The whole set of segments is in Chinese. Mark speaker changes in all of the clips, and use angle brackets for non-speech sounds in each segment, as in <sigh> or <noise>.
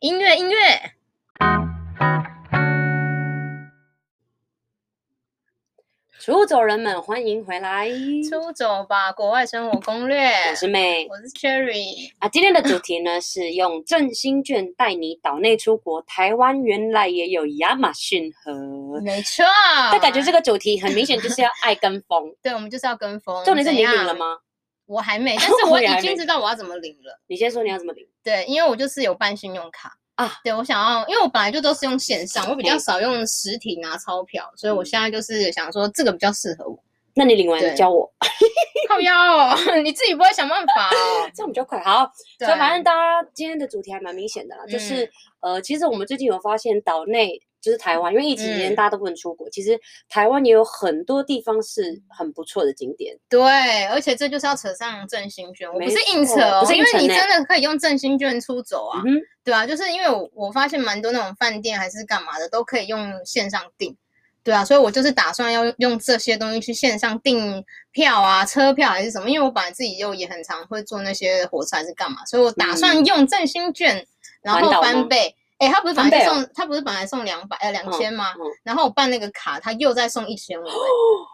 Speaker 1: 音乐，音乐。
Speaker 2: 出走人们，欢迎回来！
Speaker 1: 出走吧，国外生活攻略。
Speaker 2: 我是妹
Speaker 1: 我是 Cherry，
Speaker 2: 啊，今天的主题呢是用振兴券带你岛内出国。台湾原来也有亚马逊河，
Speaker 1: 没错。。
Speaker 2: 但感觉这个主题很明显就是要爱跟风
Speaker 1: <laughs> 对，我们就是要跟风。
Speaker 2: 重点是你领
Speaker 1: 怎
Speaker 2: 了
Speaker 1: 样？
Speaker 2: 吗？
Speaker 1: 我还
Speaker 2: <laughs>
Speaker 1: 没，但是
Speaker 2: 我
Speaker 1: 我
Speaker 2: 也
Speaker 1: 已
Speaker 2: 还
Speaker 1: 经
Speaker 2: 没
Speaker 1: 知道我要怎么领了。
Speaker 2: 你先说你要怎么领。
Speaker 1: 对，因为我就是有办信用卡
Speaker 2: 啊。
Speaker 1: 对，我想要，因为我本来就都是用线上，我比较
Speaker 2: 哎
Speaker 1: 少用实体拿钞票，所以我
Speaker 2: 嗯
Speaker 1: 现在就是想说这个比较适合我。
Speaker 2: 那你领完
Speaker 1: 对
Speaker 2: 教我，啊
Speaker 1: 靠腰、哦， <laughs> 你自己不会想办法
Speaker 2: <laughs>
Speaker 1: 哦。
Speaker 2: 这样比较快。好，
Speaker 1: 对，嗯
Speaker 2: 所以反正大家今天的主题还蛮明显的啦，就是呃，其实我们最近有发现岛内。就是台湾，因为疫情期间
Speaker 1: 嗯
Speaker 2: 大家都不能出国，其实台湾也有很多地方是很不错的景点。
Speaker 1: 对，而且这就是要扯上振兴券，我不
Speaker 2: 没
Speaker 1: 是硬扯
Speaker 2: 错
Speaker 1: 哦，
Speaker 2: 不是欸
Speaker 1: 因为
Speaker 2: 硬扯
Speaker 1: 你
Speaker 2: 呢
Speaker 1: 真的可以用振兴券出走啊
Speaker 2: 嗯，哼，
Speaker 1: 对啊，就是因为我我发现蛮多那种饭店还是干嘛的都可以用线上订，对啊，所以我就是打算要用这些东西去线上订票啊、车票还是什么，因为我本来自己又也很常会坐那些火车还是干嘛，所以我打算用振兴券，然后
Speaker 2: 嗯环岛吗
Speaker 1: 翻倍。哎，他不是本来
Speaker 2: 翻
Speaker 1: 就
Speaker 2: 倍哦
Speaker 1: 送，他不是本来送两百呃两千吗？
Speaker 2: 嗯
Speaker 1: 然后我办那个卡，他又再送一千五，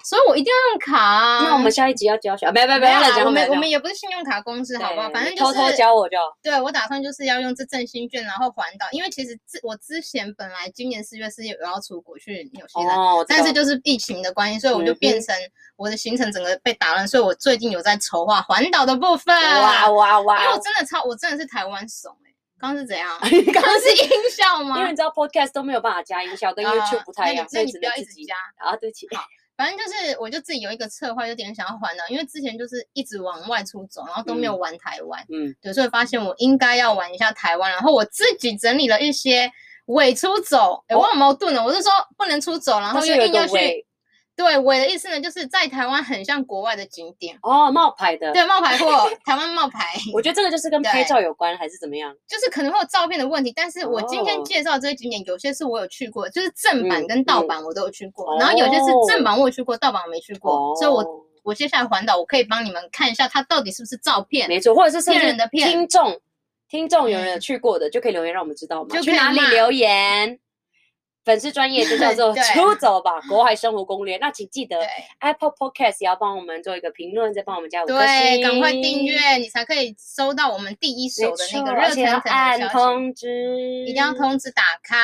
Speaker 1: 所以我一定要用卡、啊。
Speaker 2: 那我们下一集要教小，没有没有没有
Speaker 1: 有
Speaker 2: 乱
Speaker 1: 啦
Speaker 2: 讲，
Speaker 1: 我们
Speaker 2: 乱
Speaker 1: 我
Speaker 2: 讲
Speaker 1: 们也不是信用卡公司，好不好？
Speaker 2: 对
Speaker 1: 反正
Speaker 2: 你
Speaker 1: 就
Speaker 2: 偷
Speaker 1: 是
Speaker 2: 偷教我就好。
Speaker 1: 对我打算就是要用这振兴券，然后环岛，因为其实之我之前本来今年四月是有要出国去纽西兰，
Speaker 2: 哦，我知
Speaker 1: 但是
Speaker 2: 道
Speaker 1: 就是疫情的关系，所以我就
Speaker 2: 嗯哼
Speaker 1: 变成我的行程整个被打乱，所以我最近有在筹划环岛的部分。
Speaker 2: 哇哇哇哦
Speaker 1: 因为！我真的超，我真的是台湾怂哎、刚刚是怎
Speaker 2: <laughs>
Speaker 1: 样？
Speaker 2: 因为
Speaker 1: 刚刚是音效吗？
Speaker 2: 因为你知道 podcast 都没有办法加音效，跟
Speaker 1: 啊
Speaker 2: YouTube 不太一
Speaker 1: 那
Speaker 2: 样，
Speaker 1: 你
Speaker 2: 所
Speaker 1: 那
Speaker 2: 以
Speaker 1: 你
Speaker 2: 只
Speaker 1: 不要
Speaker 2: 能
Speaker 1: 一
Speaker 2: 自
Speaker 1: 直
Speaker 2: 己
Speaker 1: 加。
Speaker 2: 啊，对不起，
Speaker 1: 反正就是，我就自己有一个策划，有点想要环岛，因为之前就是一直往外出走，然后都没有玩台湾，
Speaker 2: 嗯，
Speaker 1: 对，所以发现我应该要玩一下台湾。然后我自己整理了一些伪出走，哎、我好矛盾哦，我是说不能出走，然后
Speaker 2: 但是
Speaker 1: 又
Speaker 2: 有一
Speaker 1: 硬
Speaker 2: 个
Speaker 1: 要去。
Speaker 2: 尾
Speaker 1: 对，伪的意思呢，就是在台湾很像国外的景点，
Speaker 2: 哦冒牌的，
Speaker 1: 对，冒牌
Speaker 2: <laughs>
Speaker 1: 货，台湾冒牌，
Speaker 2: 我觉得这个就是跟
Speaker 1: 对
Speaker 2: 拍照有关，还是怎么样？
Speaker 1: 就是可能会有照片的问题。但是我今天
Speaker 2: 哦
Speaker 1: 介绍这些景点，有些是我有去过，就是正版
Speaker 2: 嗯
Speaker 1: 跟盗
Speaker 2: 嗯
Speaker 1: 版我都有去过，然后有些是正版我有去过，盗版我没去过，
Speaker 2: 哦，
Speaker 1: 所以我我接下来环岛，我可以帮你们看一下它到底是不是照片，
Speaker 2: 没错，或者是甚
Speaker 1: 骗
Speaker 2: 至
Speaker 1: 人的骗
Speaker 2: 听众听众有人有
Speaker 1: 嗯
Speaker 2: 去过的，就可以留言让我们知道嘛，
Speaker 1: 就
Speaker 2: 去
Speaker 1: 可以
Speaker 2: 哪里
Speaker 1: 骂
Speaker 2: 留言？粉丝专业就叫
Speaker 1: <laughs>
Speaker 2: 做
Speaker 1: 对
Speaker 2: 出走吧，国海生活攻略。那请记得
Speaker 1: 对
Speaker 2: Apple Podcast 也要帮我们做一个评论，再帮我们加五颗
Speaker 1: 对，赶快
Speaker 2: 星
Speaker 1: 订阅，你才可以收到我们第一手
Speaker 2: 没
Speaker 1: 的
Speaker 2: 错，
Speaker 1: 那个
Speaker 2: 而
Speaker 1: 热
Speaker 2: 且
Speaker 1: 腾
Speaker 2: 要
Speaker 1: 腾的
Speaker 2: 按
Speaker 1: 消息，
Speaker 2: 通知，
Speaker 1: 一定要通知打开，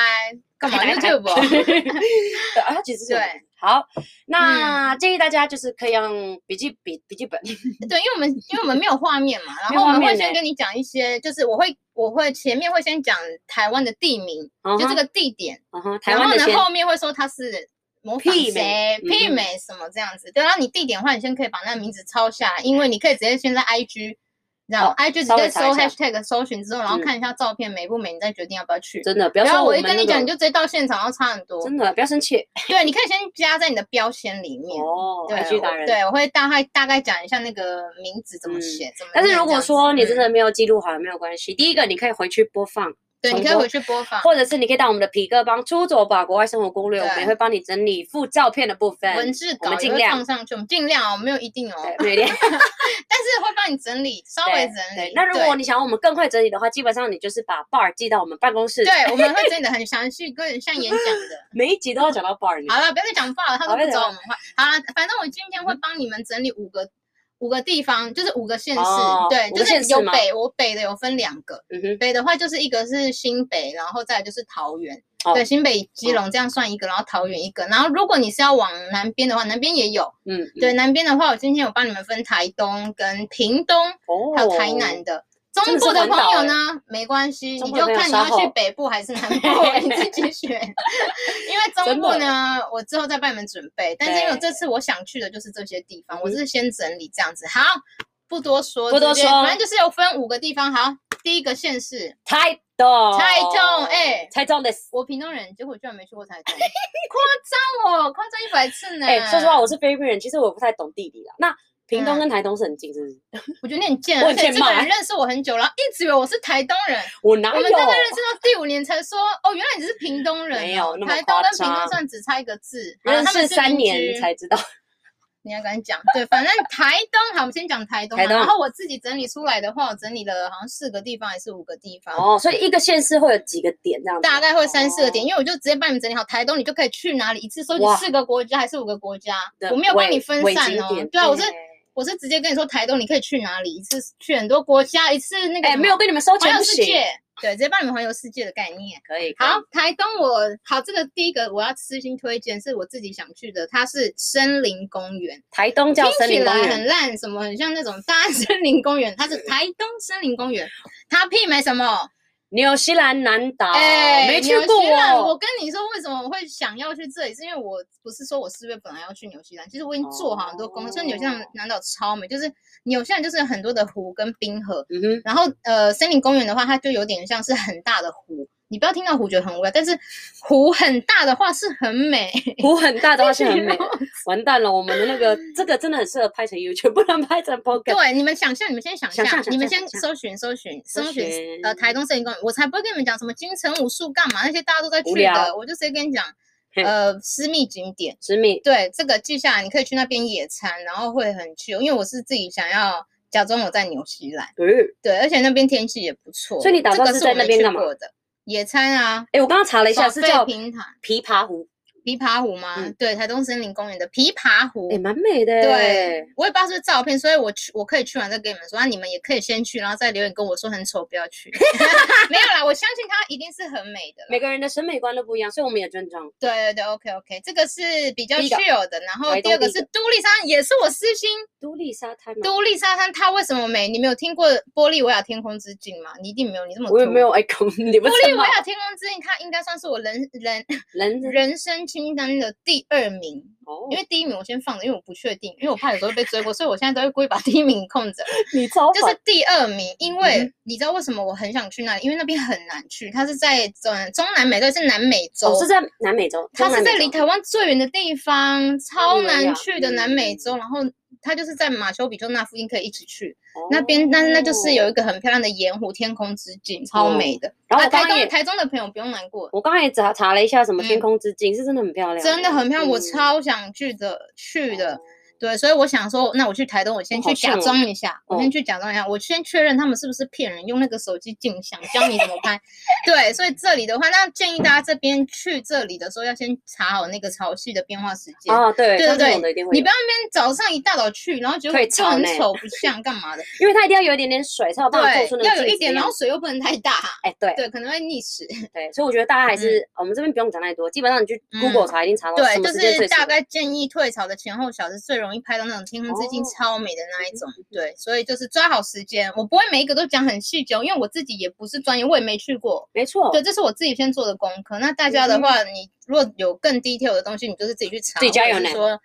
Speaker 1: 干嘛
Speaker 2: 打开
Speaker 1: YouTube？哦
Speaker 2: <laughs>
Speaker 1: <laughs>
Speaker 2: 对啊，它其实是有
Speaker 1: 对嗯
Speaker 2: 好，那建议大家就是可以用笔记笔笔记本，
Speaker 1: 对，因为我们因为我们没有画面嘛，然
Speaker 2: 没有
Speaker 1: 后我
Speaker 2: 画
Speaker 1: 们会
Speaker 2: 面
Speaker 1: 先
Speaker 2: 呢
Speaker 1: 跟你讲一些，就是我会我会前面会先讲台湾的地名，就这个地点，
Speaker 2: 嗯哼，嗯哼嗯台
Speaker 1: 然
Speaker 2: 湾
Speaker 1: 后
Speaker 2: 的
Speaker 1: 呢
Speaker 2: 先
Speaker 1: 后面会说它是。模仿
Speaker 2: 媲美
Speaker 1: 谁？
Speaker 2: 嗯
Speaker 1: 媲美什么这样子？对，然后你地点的话，你先可以把那个名字抄下来，因为你可以直接先在 IG，你知道、
Speaker 2: 哦
Speaker 1: i g 直
Speaker 2: 稍
Speaker 1: 接
Speaker 2: 微
Speaker 1: 搜
Speaker 2: 查一下
Speaker 1: hashtag 搜寻之后，然后
Speaker 2: 嗯
Speaker 1: 看一下照片美不美，你再决定要不要去。
Speaker 2: 真的不要
Speaker 1: 然
Speaker 2: 说
Speaker 1: 后我一
Speaker 2: 们
Speaker 1: 跟你
Speaker 2: 那
Speaker 1: 讲，
Speaker 2: 个
Speaker 1: 你就直接到现场要差很多。
Speaker 2: 真的不要生气
Speaker 1: 对，你可以先加在你的标签里面。
Speaker 2: 哦，
Speaker 1: 对，
Speaker 2: 爱去达
Speaker 1: 我
Speaker 2: 人。
Speaker 1: 对，我会大概大概讲一下那个名字怎么
Speaker 2: 嗯
Speaker 1: 写，怎么念这样子。
Speaker 2: 但是如果说你真
Speaker 1: 嗯
Speaker 2: 的没有记录好，也没有关系。第一个，你可以回去播放，
Speaker 1: 对，你
Speaker 2: 重
Speaker 1: 可以
Speaker 2: 播
Speaker 1: 回去播放
Speaker 2: 或者是你可以到我们的皮克帮出走吧国外生活攻略，我们
Speaker 1: 对
Speaker 2: 也会帮你整理附照片的部分。
Speaker 1: 文字
Speaker 2: 我
Speaker 1: 稿
Speaker 2: 们
Speaker 1: 也
Speaker 2: 尽
Speaker 1: 会
Speaker 2: 量
Speaker 1: 放上去，我们尽量哦，没有一定哦，<laughs>
Speaker 2: 对，每天
Speaker 1: 但是会帮你整理，稍微
Speaker 2: 对
Speaker 1: 整
Speaker 2: 对
Speaker 1: 理。，
Speaker 2: 那如
Speaker 1: 对
Speaker 2: 果你想要我们更快整理的话，基本上你就是把 bar 寄到我们办公室，
Speaker 1: 对，我们会整理的很详细，有点像演讲
Speaker 2: <laughs>
Speaker 1: 的。
Speaker 2: 每一集都要讲到 bar 里面。
Speaker 1: 嗯好了，不要再讲话了，他都
Speaker 2: 好
Speaker 1: 不
Speaker 2: 不要
Speaker 1: 找我
Speaker 2: 讲嗯
Speaker 1: 们话。好了，反正我今天会帮你们整理五个五个地方，就是五个县市，
Speaker 2: 哦
Speaker 1: 对，
Speaker 2: 五
Speaker 1: 就
Speaker 2: 个县
Speaker 1: 是
Speaker 2: 市
Speaker 1: 有
Speaker 2: 吗
Speaker 1: 北，我北的有分两个，
Speaker 2: 嗯哼，
Speaker 1: 北的话就是一个是新北，然后再来就是桃园，
Speaker 2: 哦
Speaker 1: 对，新北、基隆这样算一个，然后桃园一个。然后如果你是要往南边的话，南边也有，
Speaker 2: 嗯，
Speaker 1: 对，南边的话我今天有帮你们分台东跟屏东，
Speaker 2: 哦
Speaker 1: 还有台南的。
Speaker 2: 真
Speaker 1: 中
Speaker 2: 的是
Speaker 1: 部的朋
Speaker 2: 环岛
Speaker 1: 友
Speaker 2: 欸
Speaker 1: 呢，没关系，
Speaker 2: 中
Speaker 1: 你
Speaker 2: 部的
Speaker 1: 就
Speaker 2: 朋友
Speaker 1: 看你
Speaker 2: 稍
Speaker 1: 要去
Speaker 2: 后
Speaker 1: 北部还是南
Speaker 2: <laughs>
Speaker 1: 部，你自己选。 <laughs> 因为中
Speaker 2: 真
Speaker 1: 部
Speaker 2: 的欸
Speaker 1: 呢，我之后再帮你们准备。但是因为我这次我想去的就是这些地方，我
Speaker 2: 嗯
Speaker 1: 是先整理这样子。好，不多说，
Speaker 2: 不多
Speaker 1: 直接
Speaker 2: 说
Speaker 1: 反正就是有分五个地方。好，第一个县市，
Speaker 2: 台东，
Speaker 1: 台东哎
Speaker 2: 台东的。
Speaker 1: 我屏东人，结果居然没去过台
Speaker 2: <laughs>
Speaker 1: 东，夸张我，哦夸张一百次呢。
Speaker 2: 哎，说实话，我是菲律宾人，其实我不太懂地理啦。那屏东
Speaker 1: 嗯
Speaker 2: 跟台东是很近，是不是？
Speaker 1: 我觉得你很贱，
Speaker 2: 我
Speaker 1: 而
Speaker 2: 很
Speaker 1: 且
Speaker 2: 欠
Speaker 1: 这个
Speaker 2: 骂
Speaker 1: 人认识我很久，然后一直以为我是台东人。
Speaker 2: 我哪
Speaker 1: 我
Speaker 2: 有
Speaker 1: 们？真的认识到第五年才说，哦，原来你是屏东人哦、
Speaker 2: 没有那么
Speaker 1: 台东跟
Speaker 2: 夸
Speaker 1: 屏
Speaker 2: 张
Speaker 1: 东算只差一个字，好啦
Speaker 2: 认
Speaker 1: 啊他们
Speaker 2: 识
Speaker 1: 是
Speaker 2: 三
Speaker 1: 邻
Speaker 2: 年
Speaker 1: 居
Speaker 2: 才知道，
Speaker 1: 你还敢讲？对，反正台东好，我们先讲台东嘛。
Speaker 2: 台东
Speaker 1: 然后我自己整理出来的话，我整理了好像四个地方还是五个地方，
Speaker 2: 哦，所以一个县市会有几个点这样子？
Speaker 1: 大概会三四个点，
Speaker 2: 哦
Speaker 1: 因为我就直接帮你们整理好台东，你就可以去哪里一次收集
Speaker 2: 哇
Speaker 1: 四个国家还是五个国家
Speaker 2: 的，
Speaker 1: 我没有帮你
Speaker 2: 尾
Speaker 1: 分
Speaker 2: 尾
Speaker 1: 散
Speaker 2: 景
Speaker 1: 哦
Speaker 2: 点。
Speaker 1: 对啊，我是我是直接跟你说台东你可以去哪里一次，去很多国家一次那个
Speaker 2: 哎、
Speaker 1: 什么
Speaker 2: 没有跟你们收
Speaker 1: 环
Speaker 2: 钱不
Speaker 1: 游世
Speaker 2: 行，
Speaker 1: 界，对，直接帮你们环游世界的概念。
Speaker 2: 可以。可以
Speaker 1: 好，台东我好这个第一个我要私心推荐是我自己想去的，它是森林公园。
Speaker 2: 台东叫森
Speaker 1: 听起
Speaker 2: 林公
Speaker 1: 来
Speaker 2: 园，
Speaker 1: 很烂，什么很像那种大安森林公园，它是台东森林公园，它媲美什么？
Speaker 2: 纽西兰南岛，
Speaker 1: 哎、
Speaker 2: 哦没去过
Speaker 1: 纽西兰我
Speaker 2: 哦。
Speaker 1: 跟你说，为什么我会想要去这里，是因为我不是说我四月本来要去纽西兰，其实我已经做好很多功课，所以纽西兰
Speaker 2: 哦
Speaker 1: 南岛超美，就是纽西兰就是有很多的湖跟冰河，
Speaker 2: 嗯哼，
Speaker 1: 然后呃森林公园的话，它就有点像是很大的湖。你不要听到湖觉得很无聊，但是湖很大的话是很美，。
Speaker 2: 湖很大的话是很美
Speaker 1: <laughs>
Speaker 2: 完蛋了，我们的那个这个真的很适合拍成 YouTube，不能拍成 p o c k e t
Speaker 1: 对，你们想象，你们先想
Speaker 2: 想
Speaker 1: 象
Speaker 2: 象，
Speaker 1: 你
Speaker 2: 想
Speaker 1: 们
Speaker 2: 象
Speaker 1: 先
Speaker 2: 想
Speaker 1: 搜寻搜寻
Speaker 2: 搜
Speaker 1: 搜寻，呃，
Speaker 2: 寻
Speaker 1: 台东森林公园，我才不会跟你们讲什么金城武术干嘛那些大家都在去
Speaker 2: 无聊
Speaker 1: 的，我就直接跟你
Speaker 2: <laughs>
Speaker 1: 讲，
Speaker 2: 嘿
Speaker 1: 呃，私密景点，
Speaker 2: 十米，
Speaker 1: 对，这个记下来，你可以去那边野餐，然后会很 chill，因为我是自己想要假装我在纽西兰，
Speaker 2: 嗯，
Speaker 1: 对，而且那边天气也不错，
Speaker 2: 所以你打
Speaker 1: 这
Speaker 2: 算
Speaker 1: 个
Speaker 2: 是
Speaker 1: 是
Speaker 2: 在
Speaker 1: 我
Speaker 2: 那
Speaker 1: 没
Speaker 2: 边
Speaker 1: 去
Speaker 2: 干嘛
Speaker 1: 过的野餐啊，
Speaker 2: 哎，我刚刚查了一下，
Speaker 1: 耍
Speaker 2: 是
Speaker 1: 废
Speaker 2: 叫
Speaker 1: 平台
Speaker 2: 琵琶湖，
Speaker 1: 琵琶湖吗？
Speaker 2: 嗯
Speaker 1: 对，台东森林公园的琵琶湖，
Speaker 2: 哎，蛮美的。
Speaker 1: 对，，我也不知道是不是照片，所以我去，我可以去完再跟你们说。那啊你们也可以先去，然后再留言跟我说很丑，不要
Speaker 2: <laughs>
Speaker 1: 去。没有啦，我相信它一定是很美的啦。
Speaker 2: 每个人的审美观都不一样，所以我们也尊重。
Speaker 1: 对对对，OK OK，这个是比较
Speaker 2: 第一个
Speaker 1: chill 的。然后
Speaker 2: 台
Speaker 1: 第二
Speaker 2: 东
Speaker 1: 个
Speaker 2: 第一
Speaker 1: 是都立沙滩，也是我私心。
Speaker 2: 都丽沙滩吗，
Speaker 1: 都立沙滩它为什么美？你没有听过玻利维亚天空之镜吗？你一定没有，你这么
Speaker 2: 我也
Speaker 1: 土
Speaker 2: 没。有哎，公
Speaker 1: <laughs>
Speaker 2: 你不
Speaker 1: 玻利
Speaker 2: 是
Speaker 1: 维
Speaker 2: 吗？
Speaker 1: 亚天空之镜，它应该算是我人人 <laughs>
Speaker 2: 人
Speaker 1: 人生清单的第二名。
Speaker 2: 哦
Speaker 1: 因为第一名我先放着，因为我不确定，因为我怕有时候被追过，所以我现在都会故意把第一名空
Speaker 2: <laughs>
Speaker 1: 着。
Speaker 2: 你超
Speaker 1: 就
Speaker 2: 烦
Speaker 1: 是第二名，因
Speaker 2: 嗯
Speaker 1: 为你知道为什么我很想去那里？因为那边很难去，它是在呃中南美洲，是南美洲，
Speaker 2: 哦是在南美洲，
Speaker 1: 它
Speaker 2: 中
Speaker 1: 是
Speaker 2: 南美
Speaker 1: 在离
Speaker 2: 洲
Speaker 1: 台湾最远的地方，超
Speaker 2: 南美
Speaker 1: 难
Speaker 2: 啊
Speaker 1: 去的南美
Speaker 2: 嗯
Speaker 1: 洲。然后它就是在马丘比丘那附近可以一起去，
Speaker 2: 哦
Speaker 1: 那边但是那就是有一个很漂亮的盐湖天空之镜，超美的。
Speaker 2: 哦然后
Speaker 1: 啊
Speaker 2: 我刚
Speaker 1: 台
Speaker 2: 刚也
Speaker 1: 东台中的朋友不用难过。
Speaker 2: 我刚才也查查了一下，什
Speaker 1: 嗯
Speaker 2: 么天空之镜、是真的很漂亮欸，
Speaker 1: 真的很漂亮，我
Speaker 2: 嗯
Speaker 1: 超想去的，去的
Speaker 2: 哦，
Speaker 1: 对，所以我想说，那我去台东，我先
Speaker 2: 哦
Speaker 1: 去
Speaker 2: 好
Speaker 1: 假
Speaker 2: 像哦
Speaker 1: 装一下，我
Speaker 2: 哦
Speaker 1: 先去假装一下，我先确认他们是不是骗人，用那个手机镜像教你怎么
Speaker 2: <laughs>
Speaker 1: 拍。对，所以这里的话，那建议大家这边去这里的时候，要先查好那个潮汐的变化时间。
Speaker 2: 啊，对，
Speaker 1: 对
Speaker 2: 像这
Speaker 1: 对
Speaker 2: 种的一定会
Speaker 1: 你
Speaker 2: 有
Speaker 1: 不要那边早上一大早去，然后结果
Speaker 2: 退
Speaker 1: 就
Speaker 2: 潮
Speaker 1: 很
Speaker 2: 呢
Speaker 1: 丑，不像干嘛的。
Speaker 2: <laughs> 因为它一定要有一点点水，才有办法做出那
Speaker 1: 对，要
Speaker 2: 个
Speaker 1: 有
Speaker 2: 镜
Speaker 1: 一
Speaker 2: 子
Speaker 1: 点，
Speaker 2: 的
Speaker 1: 然后
Speaker 2: 样子
Speaker 1: 水又不能太大， <laughs>
Speaker 2: 哎，对
Speaker 1: 对，可能会溺死。
Speaker 2: 对，所以我觉得大家还是我们这边不用讲太多，基本上你去
Speaker 1: 嗯
Speaker 2: Google 查一定查到
Speaker 1: 对
Speaker 2: 什，么
Speaker 1: 就
Speaker 2: 时间
Speaker 1: 是
Speaker 2: 最适
Speaker 1: 大
Speaker 2: 合。
Speaker 1: 概建议退潮的前后小时最容易拍到那种天空之镜
Speaker 2: 哦
Speaker 1: 超美的那一种。
Speaker 2: 嗯
Speaker 1: 对，所以就是抓好时间，我不会每一个都讲很细哦究，因为我自己也不是专业，我也没去过。
Speaker 2: 没错，
Speaker 1: 对，这是我自己先做的功课。那
Speaker 2: 嗯
Speaker 1: 大家的话，你如果有更 detail 的东西，你就是自己去查，
Speaker 2: 自己加
Speaker 1: 或者
Speaker 2: 油
Speaker 1: 是
Speaker 2: 呢
Speaker 1: 说，